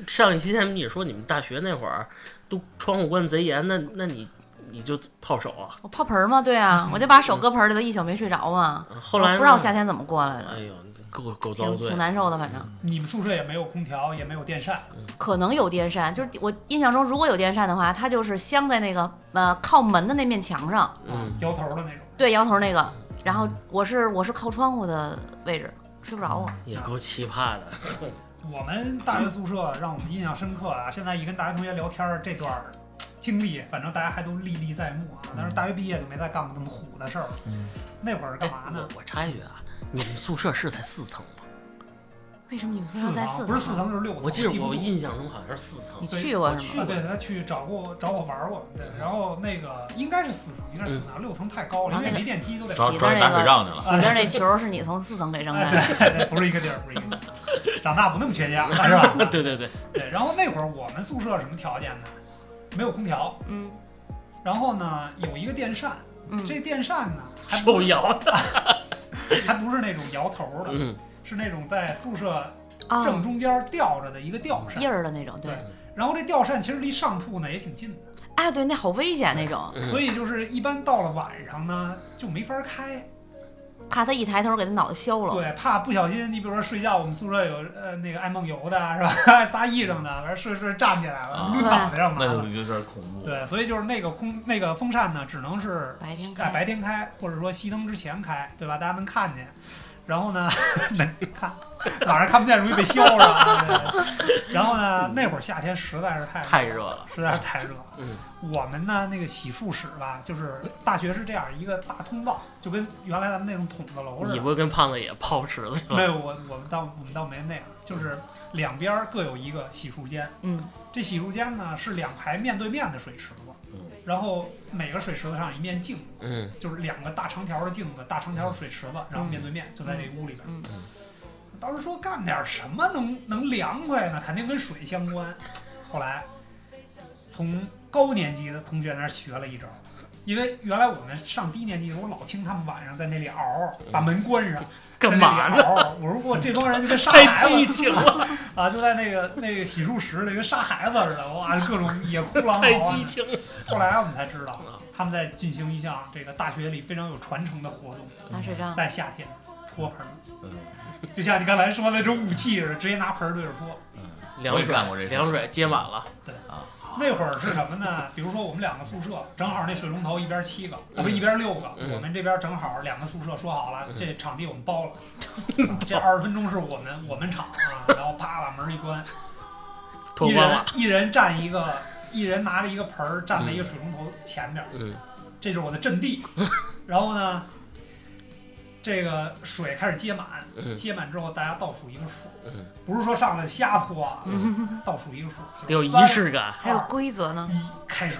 C: 上一期节目你说你们大学那会儿都窗户关贼严，那那你你就泡手啊？
A: 我泡盆儿吗？对啊，我就把手搁盆儿里头，一宿没睡着嘛。
C: 后来
A: 我
C: 呢
A: 不知道夏天怎么过来
C: 哎
A: 的，
C: 呦，够够遭
A: 挺
C: 罪
A: 挺。难受的，反正
B: 你们宿舍也没有空调，也没有电扇，
A: 可能有电扇，就是我印象中如果有电扇的话，它就是镶在那个呃靠门的那面墙上，
C: 嗯，
B: 摇头的那种。
A: 对，摇头那个。然后我是我是靠窗户的位置，睡不着啊我。
C: 也够奇葩的。
B: 我们大学宿舍让我们印象深刻啊！现在一跟大学同学聊天儿这段儿经历，反正大家还都历历在目啊。但是大学毕业就没再干过这么虎的事儿了。
D: 嗯
B: 那会儿干嘛呢
C: 哎
A: 哎
C: 我？我插一句啊，你们宿舍是在四层吗？
A: 为什么你们宿舍
B: 四
A: 在
B: 层
A: 四
B: 不是四层就是六层。
C: 我记
B: 记
C: 得
B: 不
C: 我
B: 住
C: 印象中好像是四层
A: 你。
B: 对
A: 去
B: 我
A: 过是
B: 去
A: 吗？
B: 对他去找过找我玩儿过，对，然后那个应该是四层，应该是四层，啊六层太高了，
A: 然后那
B: 因为
A: 个
B: 没电梯都得。
D: 找
A: 洗
D: 找
A: 的
D: 你打
A: 那
D: 水
A: 个
D: 仗去了。
A: 洗的那球啊是你从四层给扔
B: 哎，
A: 来的，
B: 对对，不是一个地儿，不是一个地儿，长大不那么缺心眼儿了，是吧？
C: [LAUGHS] 对对对，
B: 对，然后那会儿我们宿舍什么条件呢？没有空调，
A: 嗯
B: 然后呢有一个电扇，
A: 嗯，
B: 这电扇呢还不
C: 受摇的。
B: [LAUGHS] 还不是那种摇头的，
C: 嗯，
B: 是那种在宿舍
A: 啊
B: 正中间吊着的一个吊扇。
A: 印儿的那种，对
B: 对，然后这吊扇其实离上铺呢也挺近的，
A: 哎，对，那好危险那种，
C: 嗯
B: 所以就是一般到了晚上呢就没法开，
A: 怕他一抬头给他脑袋削了。
B: 对，怕不小心，你比如说睡觉，我们宿舍有呃那个爱梦游的是吧， [LAUGHS] 爱撒癔症的，完睡睡站起来了，
D: 啊
B: 撸脑袋上麻
D: 那
B: 了
D: 就。有点恐怖。
B: 对，所以就是那个空那个风扇呢，只能是
A: 白天
B: 哎
A: 开
B: 白天开，或者说熄灯之前开，对吧？大家能看见。然后呢，能看，晚上看不见容易被削着啊。对对然后呢，那会儿夏天实在是太
C: 太热了，
B: 实在是太热了。
C: 嗯，
B: 我们呢那个洗漱室吧，就是大学是这样一个大通道，就跟原来咱们那种筒子楼似
C: 你
B: 的。
C: 不会跟胖子也泡池子去
B: 没
C: 了？
B: 有，我我们倒我们倒没那样，就是两边儿各有一个洗漱间。
A: 嗯，
B: 这洗漱间呢是两排面对面的水池子，
D: 嗯
B: 然后每个水池子上有一面镜，
C: 嗯，
B: 就是两个大长条的镜子，大长条的水池子，然后面对面就在这屋里边。
A: 嗯
C: 嗯
B: 当时说干点什么能能凉快呢？肯定跟水相关。后来从高年级的同学那儿学了一招，因为原来我们上低年级的时候，我老听他们晚上在那里熬，把门关上，
C: 干嘛呢？
B: 呢？我说我这帮人就跟杀
C: 太
B: 孩子
C: 激情了，
B: [LAUGHS] 啊，就在那个那个洗漱室里跟杀孩子似的，哇，各种野哭狼
C: 太
B: 嚎啊
C: 激。情了。
B: 后来我们才知道
C: 啊，
B: 他们在进行一项这个大学里非常有传承的活动，
A: 那是这样。
B: 在夏天泼盆儿，
D: 嗯，
B: 就像你刚才说的那种武器似的，直接拿盆儿对着泼。
C: 凉
D: 我也干过这事
C: 水，凉水接满了，
B: 那会儿是什么呢？比如说我们两个宿舍正好那水龙头一边七个，
C: 嗯
B: 不是一边六个，
C: 嗯
B: 我们这边正好两个宿舍说好了，
C: 嗯
B: 这场地我们包了，啊 [LAUGHS] 这二十分钟是我们我们场啊，然后啪把门一关，
C: 脱
B: 一
C: 光
B: 人
C: 了。
B: 一人站一个，一人拿着一个盆儿站在一个水龙头前边，
C: 嗯，
B: 这是我的阵
C: [LAUGHS]
B: 地。然后呢，这个水开始接满，
C: 嗯
B: 接满之后大家倒数一个数，
C: 嗯
B: 不是说上来瞎泼啊，
A: 嗯，
B: 倒数一个数，
C: 得有仪
B: 三
C: 式 [LAUGHS] 感，
A: 还有规则
B: [LAUGHS]
A: 呢。
B: 一开始，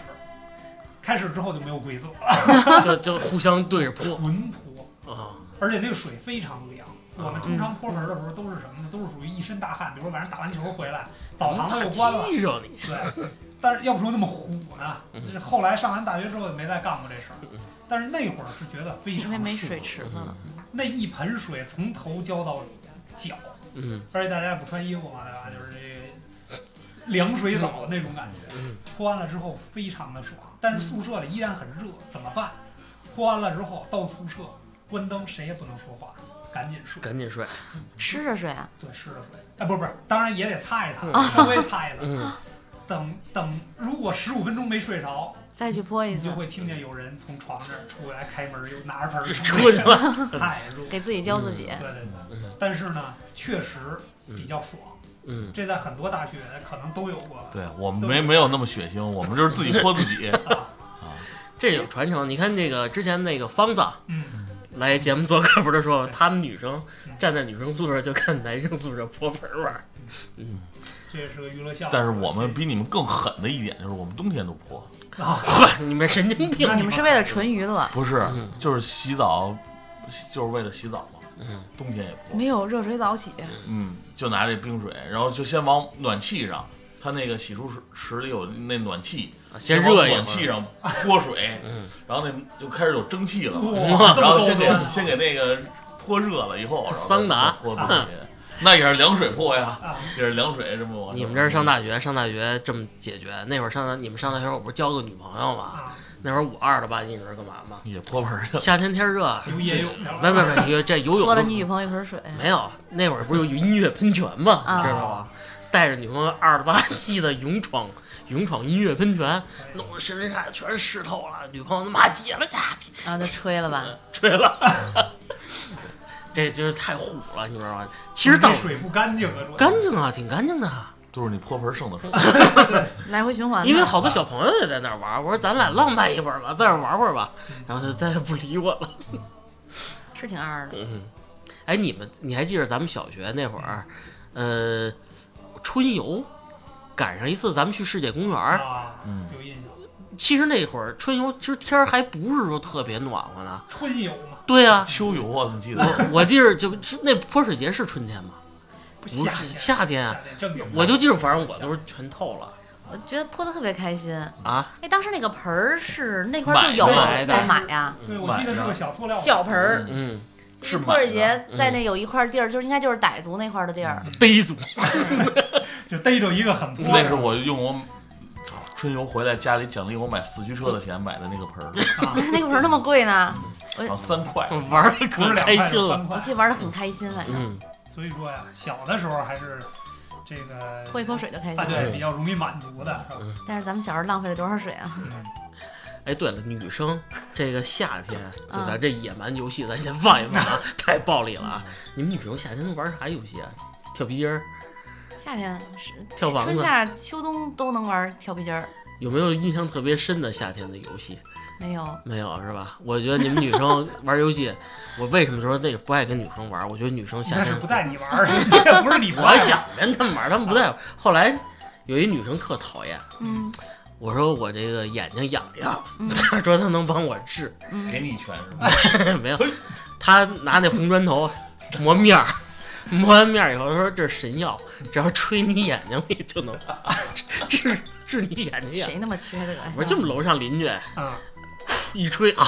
B: 开始之后就没有规则了，
C: 就就互相对着泼
B: 纯泼，
C: 啊。
B: 而且那个水非常凉。我们通常泼盆的时候都是什么呢？都是属于一身大汗，比如说晚上打完球回来，澡堂子又关了，
C: 激着你，
B: 对。但是要不说那么虎呢，
C: 嗯
B: 就是后来上完大学之后也没再干过这事儿。但是那会儿是觉得非
A: 因为
B: 常
A: 没
B: 舒服
A: 水池子了，
B: 那一盆水从头浇到脚，
C: 嗯，
B: 而且大家也不穿衣服嘛，对吧？就是这个凉水澡的那种感觉
C: 嗯。
B: 泼完了之后非常的爽，但是宿舍里依然很热，怎么办？泼完了之后到宿舍关灯，谁也不能说话，赶紧睡。
C: 赶紧睡，
A: 湿着水啊。
B: 对，湿着睡。哎，不是不是，当然也得擦
D: 嗯
B: 一
A: 哦
B: 擦，稍微擦一擦。
C: 嗯，
B: 等等，如果十五分钟没睡着，
A: 再去泼一
B: 你就
A: 次，
B: 会听见有人从床这儿出来，开门又拿着盆儿
C: 出去了，
B: 太热
C: [LAUGHS]
B: 了。
A: 给自己教自己
B: 对。对对
C: 嗯，
B: 但是呢，确实比较爽。
C: 嗯，
B: 这在很多大学可能都有过
D: 对我们没没有那么血腥，我们就是自己泼自 [LAUGHS] 己。
B: 啊。
C: 这有传承。你看那个之前那个方子
B: 嗯，
C: 来节目做客不是说
B: 对
C: 他们女生
B: 嗯
C: 站在女生宿舍就看男生宿舍泼盆玩儿，
B: 这也是个娱乐项目。
D: 但是我们比你们更狠的一点就是，我们冬天都泼，
B: 啊，
C: 嚯，你们神经病
B: 那！
A: 你们是为了纯娱乐，
D: 不是
C: 嗯，
D: 就是洗澡，就是为了洗澡嘛。
C: 嗯，
D: 冬天也泼，
A: 没有热水澡洗，
D: 嗯，就拿这冰水，然后就先往暖气上，它那个洗漱室室里有那暖气，
C: 先
D: 往
C: 热一会
D: 暖气
C: 儿，
D: 上泼水，
C: 嗯，
D: 然后那就开始有蒸汽了嘛，
B: 哇，这
D: 然后
B: 么高
D: 先给
B: 端啊
D: 先给那个泼热了以后，然后
C: 桑拿
D: 再泼出去，那也是凉水泼呀，
B: 啊，
D: 也是凉水这么往。
C: 你们这儿上大学，上大学这么解决？那会儿上大，你们上大学，我不是交个女朋友吗？
B: 啊
C: 那会儿我二的吧，你知道干嘛吗？
D: 也泼盆儿
C: [LAUGHS]
D: 去，
C: 夏天天热，啊
B: 游野泳去
C: 没
B: 了。
C: 没没，这游泳
A: 泼了你女朋友一盆水。
C: 没有，那会儿不是有音乐喷泉吗？
A: 啊
C: 你知道吗？带着女朋友二十八七的勇闯勇闯音乐喷泉，弄得身上全是湿透了，女朋友他妈解了去，
A: 然后啊就吹了
C: [LAUGHS]
A: 吧。
C: 吹了。 [LAUGHS] 这就是太虎了，你知道吗？其实
B: 这
C: 当
B: 水不干净啊，主要
C: 干净啊，挺干净的，
D: 都是你泼盆剩的水。
A: 来回循环的。
C: 因为好多小朋友也在那儿玩。我说咱俩浪漫一会儿吧，在这儿玩会儿吧，然后就再也不理我了。
A: 是挺二的，
C: 嗯，哎，你们你还记得咱们小学那会儿，呃，春游赶上一次，咱们去世界公园儿。
B: 啊，
D: 嗯，
B: 有印象。
C: 其实那会儿春游，其实天儿还不是说特别暖和呢。
B: 春游嘛，
C: 对啊，
D: 秋游啊，你记得？
C: 我我记着就是那泼水节是春天吗？
B: 不
C: 不
B: 夏
C: 是
B: 天，
C: 夏天啊，
B: 夏天正经的。
C: 我就记着，反正我都是全透了
A: 我觉得泼的特别开心。
C: 啊。
A: 哎，当时那个盆儿是那块儿就有
C: 买的
A: 在买啊呀，
B: 对，我记得是个小塑料
A: 小盆儿。
D: 嗯
C: 嗯，嗯
A: 就是泼水节在那有一块地儿，就是应该就是傣族那块儿的地儿，
C: 杯族
B: 就逮着一个很泼的。
D: 嗯那是我用我春游回来家里奖励我买四驱车的钱买的那个盆儿，
C: 嗯
B: 啊，
A: [LAUGHS] 那个盆儿那么贵
C: [LAUGHS]
A: 呢，
D: 然后三块。
C: 玩的
B: 不是
C: 可
B: 两
C: 开
B: 块
C: 心
B: 就
C: 了。
B: 三块
A: 我。去玩的很开心，反 [LAUGHS] 正
C: 嗯，
B: 所以说呀，小的时候还是这个
A: 泼一泼水就开
B: 啊，
A: 心。
C: 嗯
B: 对，比较容易满足的，是吧？
A: 但是咱们小时候浪费了多少水啊？ [LAUGHS]
C: 哎，对了，女生这个夏天，就咱这野蛮游戏，咱先放一放啊，太暴力了啊！你们女朋友夏天都玩啥游戏啊？跳皮筋儿、
A: 夏天是
C: 跳房
A: 春
C: 子，
A: 夏秋冬都能玩跳皮筋儿，
C: 有没有印象特别深的夏天的游戏？
A: 没有
C: 没有是吧？我觉得你们女生玩游戏，我为什么说那个不爱跟女生玩？我觉得女生夏
B: 那是
C: 天
B: 不带你玩儿， [LAUGHS] 这不是你不爱
C: 我
B: 玩
C: 想跟他们玩，他们不在。后来有一女生特讨厌，
A: 嗯
C: 我说我这个眼睛痒痒，
A: 嗯
C: 她说她能帮我治，
D: 给
A: 嗯，
D: 你一拳是吧？
C: [LAUGHS] 没有，她拿那红砖头磨面儿。 [LAUGHS] 磨完面儿以后，她说这是神药，只要吹你眼睛里就能 [LAUGHS] 治治你眼睛痒。
A: 谁那么缺德呀
C: 我？说就我们楼上邻居
B: 啊，
C: 一吹啊，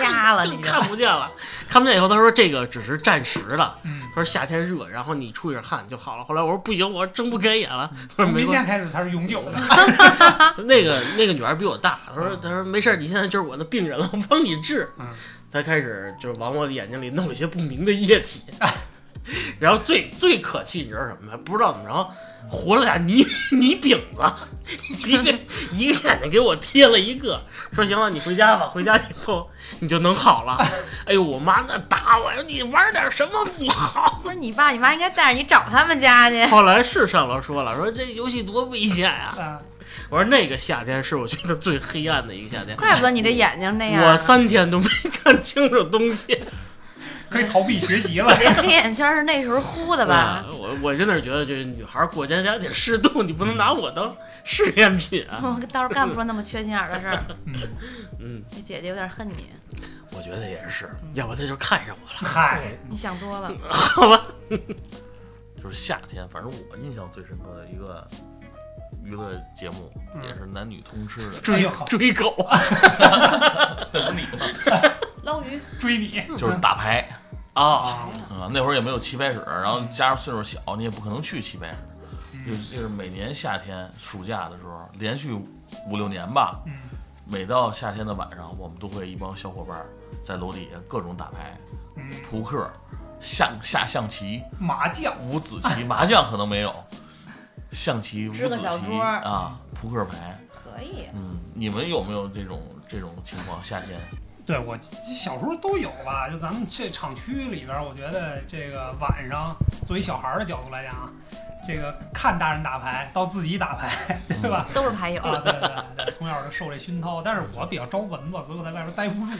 A: 瞎了
C: 更
A: 你就
C: 看不见了，看不见以后，她说这个只是暂时的，
B: 嗯
C: [LAUGHS] 他，说夏天热，然后你出一点汗就好了。后来我说不行，我睁不开眼了。他说
B: 从
C: 没
B: 明
C: 关
B: 天开始才是永久的，
C: 系， [LAUGHS] 那个那个女孩比我大，她说
B: 嗯
C: 她说没事儿，你现在就是我的病人了，我帮你治
B: 嗯。
C: [LAUGHS] 她开始就是往我的眼睛里弄一些不明的液体， [LAUGHS] 然后最最可气你知道什么吗？不知道怎么着。活了俩泥泥饼子，一个一个眼睛给我贴了一个，说行了，你回家吧，回家以后你就能好 [LAUGHS] 了。哎呦，我妈那打我，说你玩点什么不好？
A: 不是你爸你妈应该带着你找他们家去。
C: 哎后来是上楼说了，说这游戏多危险呀、
B: 啊，
C: 我说那个夏天是我觉得最黑暗的一个夏天，
A: 怪不得你这眼睛那样呢。
C: 我三天都没看清楚东西。
B: 可以逃避学
A: [LAUGHS]
B: 习
C: [LAUGHS]
B: 了。
A: 这黑眼圈是那时候糊的吧？
C: 嗯我我真的是觉得这女孩过家家得适度，你不能拿我当试验品
A: [LAUGHS]
C: 啊。
A: 我到时候干不出那么缺心眼儿的事儿，
B: 嗯，
C: 嗯，
A: 你姐姐有点恨你，
C: 我觉得也是，要不她就看上我了，
B: 嗨，
A: 你想多了。
C: 好吧？
D: 就是夏天，反正我印象最深刻的一个娱乐节目，
B: 嗯
D: 也是男女通吃
A: [LAUGHS]
D: 的，
B: 追
C: 追狗，
D: 怎么你吗？
A: 捞鱼，
B: 追你
D: [LAUGHS] 就是打牌
A: 哎
C: 啊， [LAUGHS]
D: 啊、那会儿也没有棋牌室，然后加上岁数小，你也不可能去棋牌室。就
B: 嗯
D: 就是每年夏天暑假的时候，连续五六年吧，
B: 嗯，
D: 每到夏天的晚上，我们都会一帮小伙伴儿在楼底下各种打牌、
B: 嗯，
D: 扑克、下下象棋、
B: 麻将，
D: 五子棋、麻将可能没有，象棋、五
A: 支个
D: 子
A: 小
D: 棋
A: 桌儿
D: 啊，扑克牌。
A: 可以。
D: 嗯，你们有没有这种这种情况？夏天
B: 对我小时候都有吧，就咱们这厂区里边儿，我觉得这个晚上作为小孩儿的角度来讲啊，这个看大人打牌到自己打牌，对吧？
A: 都是牌友，
B: 啊，对对对，从小就受这熏陶，但是我比较招蚊子，所以我在外边待不住，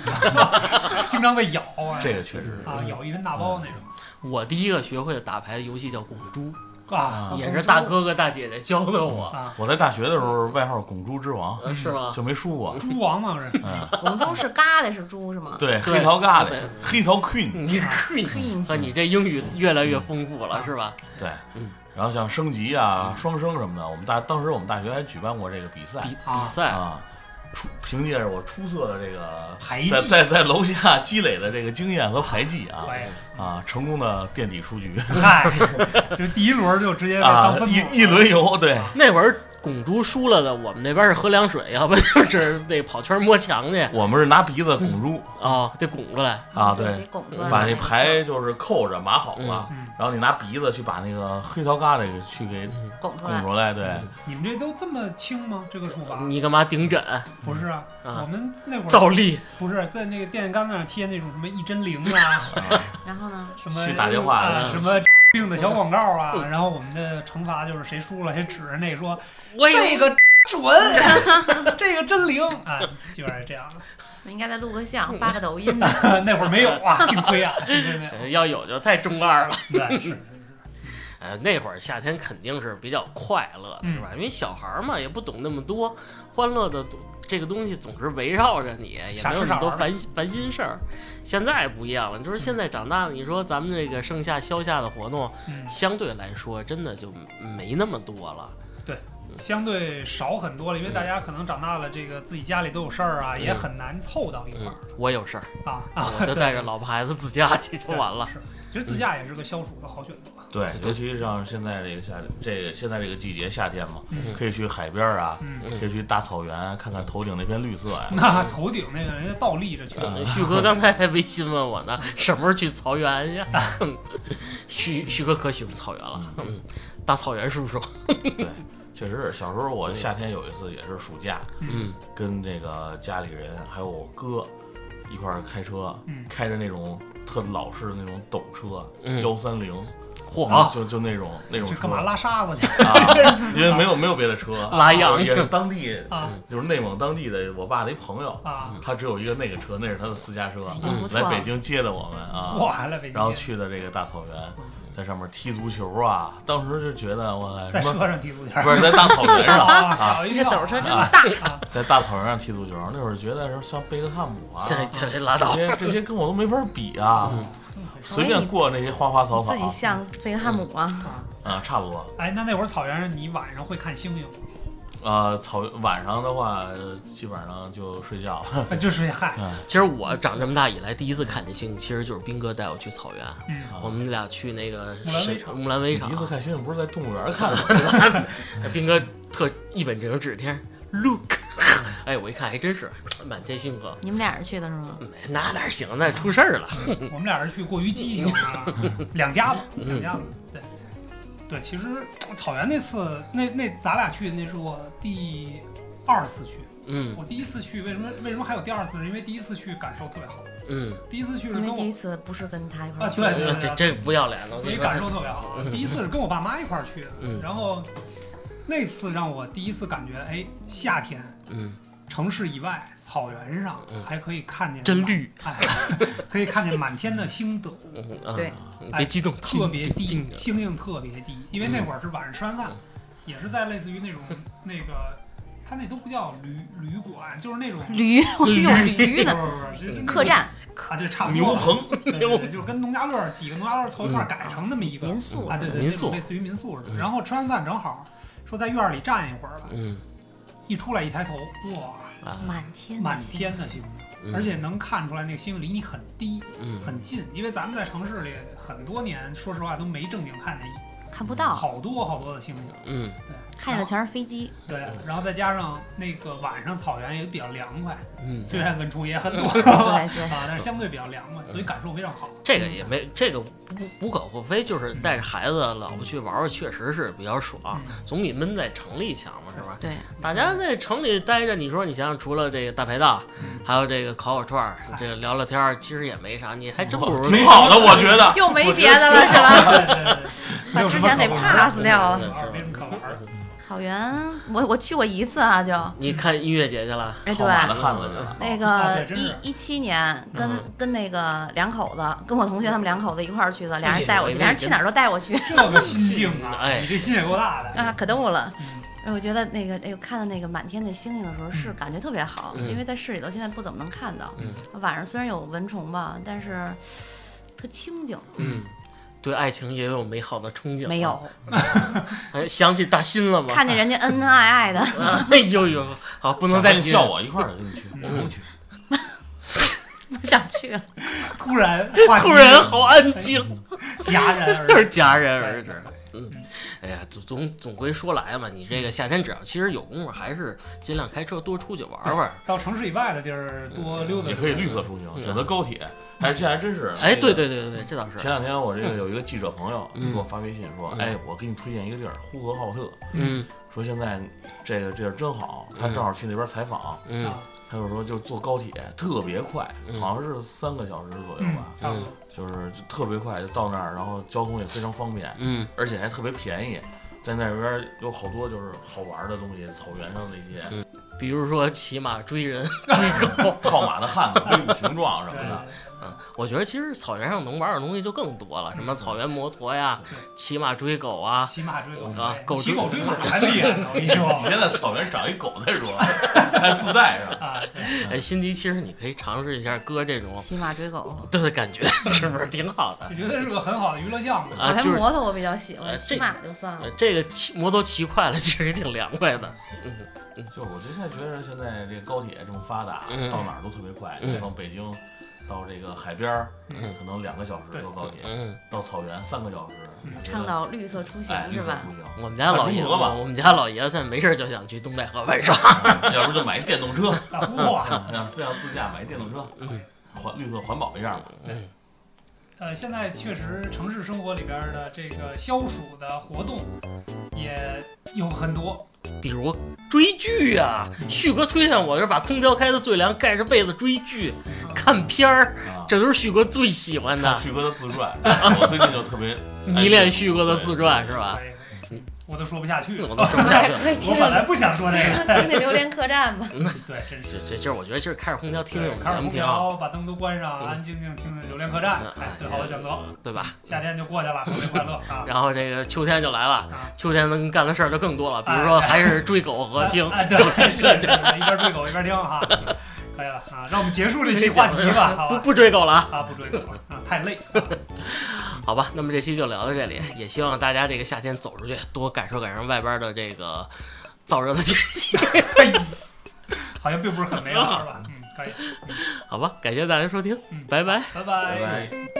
B: [LAUGHS] 经常被咬啊，
D: 这个确实是
B: 啊咬一身大包那种
C: 我第一个学会的打牌的游戏叫拱猪，
B: 啊
D: 啊
A: 哦
C: 也
A: 拱
C: 是
A: 猪
C: 大哥哥大姐姐教的我，
B: 啊，
D: 我在大学的时候外号“拱猪之王
C: 呃是”，吗？
D: 嗯就没输过。
B: 猪王嘛不是，
D: 嗯，
A: 拱猪是嘎的，是猪是吗？
D: 对，
C: 对
D: 黑桃疙瘩
C: 对，
D: 黑桃 queen。
C: 你 [LAUGHS] queen
A: 对，
C: 和你这英语越来越丰富了，是吧？
D: 对
C: 嗯，
D: 然后像升级啊、双升什么的，我们大当时我们大学还举办过这个比赛
C: 比
B: 啊
C: 比赛
D: 啊。出凭借着我出色的这个
B: 牌技
D: 在在在楼下积累的这个经验和牌技啊
B: 哎，
D: 啊，成功的垫底出局
B: 嗨， [LAUGHS] 就第一轮就直接被
D: 啊
B: 当，分母了
D: 一一轮游对
B: 啊
C: 那会儿拱猪输了的，我们那边是喝凉水，要不然就是得跑圈摸墙去啊、哦
D: 我们是拿鼻子拱猪
C: 得拱过来。
D: 啊，
A: 对，
D: 对
A: 得，拱出来。
D: 把那牌就是扣着码好了，
B: 嗯嗯
D: 然后你拿鼻子去把那个黑桃疙瘩给去给
A: 拱出
D: 拱
A: 来，
D: 出来，对，
B: 你们这都这么轻吗？这个处罚
D: 嗯
C: 你干嘛顶枕、
B: 不是啊，
C: 啊
B: 我们那会
C: 倒
B: 儿
C: 立？
B: 不是在那个电线杆子上贴那种什么一针灵啊，
A: 然后呢？
B: 什么
D: 去打电话嗯
B: 啊
C: 嗯
B: 什么 [LAUGHS] 病的小广告啊，然后我们的惩罚就是谁输了谁指着那说
C: 我
B: 这
C: 有
B: 个准， [LAUGHS] 这个真灵啊，基本上是这样的。
A: 我应该再录个像，发个抖音呢。
B: [LAUGHS] 那会儿没有啊，幸亏啊，幸亏没 [LAUGHS] 有。
C: 呃要有就太中二了。
B: 对，是是是，
C: 呃，那会儿夏天肯定是比较快乐的，
B: 嗯
C: 是吧？因为小孩儿嘛，也不懂那么多，欢乐的总这个东西总是围绕着你，也
B: 傻
C: 没
B: 吃
C: 有
B: 傻
C: 那么多
B: 玩儿
C: 烦烦心事儿。现在不一样了，就是现在长大了，你说咱们这个盛夏消夏的活动，
B: 嗯，
C: 相对来说真的就没那么多了。
B: 对，相对少很多了，因为大家可能长大了，这个自己家里都有事儿啊，
C: 嗯
B: 也很难凑到一块儿
C: 嗯，我有事儿，
B: 啊啊。
C: 我就带着老婆孩子
B: [LAUGHS]
C: 自驾去就完了。
B: 是，其实自驾也是个消暑的好选择。
D: 对，
C: 对
D: 尤其像现在这个夏，这个现在这个季节夏天嘛，
B: 嗯
D: 可以去海边啊，
B: 嗯，
C: 嗯
D: 可以去大草原啊看看头顶那片绿色呀、
B: 那头顶那个人家倒立着去了，
D: 嗯
C: 旭哥刚才还微信问我呢，什么时候去草原
B: [LAUGHS]
C: 呀？嗯旭旭哥可喜欢草原了，嗯，大草原叔叔，
D: 确实是，小时候我夏天有一次也是暑假，
C: 嗯
D: 跟这个家里人还有我哥一块儿开车，
B: 嗯
D: 开着那种特老式的那种斗车，
C: 嗯，
D: 幺三零，
B: 啊
C: 嚯，
D: 就就那种那种
B: 去
D: 车
B: 干嘛拉沙子去？
D: 啊，因为没有没有别的车，
C: 拉羊
D: 也是当地，
B: 啊
D: 就是内蒙当地的我爸的一朋友，
B: 啊！
D: 他只有一个那个车，那是他的私家车，
A: 已经不错
D: 来
A: 了
D: 北京接的我们啊。
B: 哇，来北
D: 然后
B: 京，
D: 去的这个大草原，在上面踢足球啊，当时就觉得我
B: 在
D: 什
B: 车
D: 么
B: 上踢足球
D: 不是在大草原上，
B: 啊，小一
A: 那
B: 跳
A: 斗车真
B: 啊
A: 大，
B: 啊
D: 在大草原上踢足球，那会儿觉得是像贝克汉姆啊，
C: 这这拉
D: 这
B: 嗯
C: 倒，
D: 些这些跟我都没法比啊，
C: 嗯
B: 这么回事
D: 随便过那些花花草草
A: 自己像贝克汉姆啊，
B: 啊
D: 啊，差不多。
B: 哎，那那会儿草原上你晚上会看星星吗？
D: 呃，草晚上的话，呃基本上就睡觉了。
B: 啊 [LAUGHS] 就是嗨，
C: 其实我长这么大以来第一次看见星星，其实就是斌哥带我去草原，
B: 嗯
D: 啊
C: 我们俩去那个
B: 木兰围
C: 是
B: 场
C: 木兰
D: 你
C: 围
D: 第
C: 场
D: 一，次看星星不是在动物园
C: [LAUGHS]
D: 看的，
C: 斌哥特一本正经指天，look，哎，我一看还真是满天星河，
A: 你们俩人去的是吗？
C: 没那哪行，那出事儿了，
B: 我们俩人去过于激情了，
C: 嗯
B: 两家子，两家子，对，对，其实草原那次，那那咱俩去那是我第二次去，
C: 嗯
B: 我第一次去为什么为什么还有第二次？是因为第一次去感受特别好，
C: 嗯，
B: 第一次去是
A: 因
B: 跟
A: 为第一
B: 我
A: 次不是跟他一块儿，
B: 啊
A: 去的，
B: 对对
C: 这
B: 对对，
C: 这不要脸了，我
B: 所
C: 跟
B: 以
C: 你
B: 感
C: 说，
B: 受特别好
C: 嗯。
B: 第一次是跟我爸妈一块儿去
C: 嗯
B: 的，然后那次让我第一次感觉，哎，夏天
C: 嗯，
B: 城市以外草原上
C: 嗯
B: 还可以看见
C: 真
B: 满，
C: 绿，
B: 哎， [LAUGHS] 可以看见满天的星斗。
C: 嗯啊
A: 对，
C: 你别激动，
B: 特别
C: 叮
B: 低
C: 叮叮，的嗯
B: 星星特别低，因为那会儿是晚上吃完饭，也是在类似于那种那个，他那都不叫旅旅馆，就是那种
A: 驴， [LAUGHS] 我有驴呢，
B: 不是不是就是那种
A: 客栈、
B: 啊，对，差不多
D: 牛棚，
B: 对对对，就是跟农家乐儿几个农家乐儿凑一块儿改成那么一个
A: 民宿
B: 啊，对对，
C: 嗯民
B: 那种
C: 宿
B: 类似于民宿似的。
C: 嗯
B: 然后吃完饭正好说在院儿里站一会儿吧，
C: 嗯
B: 一出来一抬头，哇，
C: 啊，
A: 满天
B: 满
A: 星
B: 天的星星，
C: 嗯
B: 而且能看出来那个星星离你很低
C: 嗯
B: 很近，因为咱们在城市里很多年，说实话都没正经看见一
A: 看不到，
B: 好多好多的星星。
C: 嗯
A: 看见的全是飞机，
B: 对，然后再加上那个晚上草原也比较凉快，
C: 嗯，
B: 虽然蚊虫也很多啊，
A: 对对，
B: 但是相对比较凉快，所以感受非常好。
C: 这个也没这个无无可厚非，就是带着孩子老婆去玩玩，确实是比
A: [LAUGHS]
C: 较爽，
B: 嗯
C: 总比闷在城里强嘛，是吧？
A: 对，
C: 大家在城里待着，你说你想想，除了这个大排档
B: 嗯，
C: 还有这个烤烤串儿，这个聊聊天儿，其实也没啥，你还真不如
D: 挺好的，我觉得。
A: 又没别的了是 [LAUGHS] 吧？
B: 对对对对，没
A: 把
B: 有什
A: 之
B: 么
A: 前
B: 可
A: 给
B: 玩儿
A: pass 掉了。
C: 对
B: 没什么可玩儿的。
A: 草原，我我去过一次啊，就
C: 嗯你看音乐节去了，
A: 哎
D: 跑马的
A: 对。
D: 汉子去了，
A: 那
B: 啊
A: 个
B: 对真是
A: 一一七年跟、
C: 嗯
A: 跟那个两口子，跟我同学他们两口子一块儿去的，俩人带我去，
C: 哎
A: 俩人去哪儿都带我
B: [LAUGHS]
A: 去
B: 这个心境啊，
C: 哎
B: 你这心也够大的
A: 啊，可逗 [LAUGHS] 了。
B: 嗯
A: 哎我觉得那个那个看到那个满天的星星的时候是感觉特别好，
C: 嗯
A: 因为在市里头现在不怎么能看到。
C: 嗯
A: 晚上虽然有蚊虫吧，但是特清静。
C: 嗯，对爱情也有美好的憧憬，
A: 没有，
C: 哎，想起大新了吗？
A: 看见人家恩恩爱爱的，
C: 哎呦呦，好，不能再嗯
D: 你
C: 提
D: 叫
C: 了，
D: 我一块儿跟你去，我不去。
A: 不想去了。
B: 突然话题
C: 突然好安 [LAUGHS] 静，
B: 戛然而
C: 又
B: 止
C: 是戛然而止。嗯，哎呀，总总总归说来嘛，你这个夏天只要其实有功夫，还是尽量开车多出去玩玩。
B: 到城市以外的地儿多溜达，
D: 也可以绿。色出行，选择高铁。哎，现在真是，
C: 嗯哎，对
D: 对。
C: 对对对对，这倒是
D: 前，两天我这个有一个记者朋友
C: 嗯
D: 给我发微信说，
C: 嗯
D: 哎，我给你推荐一个地儿，呼和浩特，
C: 嗯
D: 说现在这个地儿真好，他正好去那边采访，
C: 嗯
B: 啊，
D: 他就说就坐高铁特别快
C: 嗯，
D: 好像是三个小时左右
B: 嗯
D: 吧，，
B: 差不多。
D: 就是就特别快就到那儿，然后交通也非常方便，
C: 嗯
D: 而且还特别便宜。在那边有好多就是好玩的东西，草原上那些
C: 嗯 [LAUGHS] 比如说骑马追人、追狗，
D: 套马的汉子、威武雄壮什么
B: 对
D: 的，
C: 嗯，我觉得其实草原上能玩的东西就更多了，什么草原摩托呀、骑马追狗啊，
B: 骑马追狗
C: 啊狗追
B: 骑狗追马还厉害呢，我跟你
D: 你
B: 说
D: 先在草原找一狗再 [LAUGHS] 说，还自带上。
B: 啊，
C: 哎，辛迪，其实你可以尝试一下哥这种，
A: 骑马追狗。
C: 对的感觉 [LAUGHS] 是不是挺好的
B: 我？觉得是个很好的娱乐项目。
C: 啊
A: 草原
C: 就是
A: 摩托我比较喜
C: 哎
A: 欢，
C: 这
A: 骑马就算了
C: 呃。这个骑摩托骑快了，其实也挺凉快的。
D: 就是我就现在觉得现在这个高铁这么发达，
C: 嗯
D: 到哪儿都特别快。
C: 嗯
D: 你从北京到这个海边儿，
C: 嗯
D: 可能两个小时坐高铁；
C: 嗯，
D: 到草原三个小时。我觉得
A: 倡导绿色出
D: 哎，
A: 行
D: 绿
A: 是
D: 色
A: 吧？
D: 出行，
C: 我们家老
D: 看
C: 爷，
D: 中国吧
C: 我们家老爷子没事儿就想去东戴河玩耍。
D: 要不就买一电动 [LAUGHS] 车，
B: 大呼啊，
D: 让非要自驾买一电动车，
C: 嗯
D: 环绿色环保一下嘛。
C: 嗯
B: 呃，现在确实城市生活里边儿的这个消暑的活动也有很多。
C: 比如追剧啊，旭哥推荐我就是把空调开的最凉，盖着被子追剧、
B: 嗯
C: 看片儿，
D: 啊，
C: 嗯这都是旭哥最喜欢
D: 看
C: 的，
D: 旭哥的自传，我最近就特别
C: 迷恋旭哥的自传是吧？嗯
B: 哎呀我都说不下去了，
C: 我都嗯说不
A: [LAUGHS]
C: 下去了。
A: 可以
B: 我
A: 听
B: 本来
A: 听
B: 不想说这个，
A: [LAUGHS] 听听榴莲客栈吧。
B: 对，真是。
C: 这这这，我觉得就是开着空调听听我们
B: 开着
C: 节
B: 空
C: 目挺好，
B: 调，把灯都关
C: 嗯
B: 上，安安静静听听《榴莲客栈》，哎，最好的选择。
C: 对吧？
B: 夏天就过去了，生日快乐啊！
C: 然后这个秋天就来了
B: 啊，
C: 秋天能干的事儿就更多了，比如说还是追狗和听。
B: 哎，对，是
C: [LAUGHS]
B: 是是，一边追狗一边听哈，可以了啊，让我们结束这期话题吧，好
C: 不 [LAUGHS]
B: 吧？
C: 不追狗了啊，
B: 啊，不追狗了啊，太累。
C: 好吧，那么这期就聊到这里，也希望大家这个夏天走出去，多感受感受外边的这个燥热的天气， [LAUGHS]
B: 嘿好像并不是很美好，是吧？嗯，可以，
C: 好吧，感谢大家收听
B: 嗯，
C: 拜拜。
B: 拜
D: 拜拜。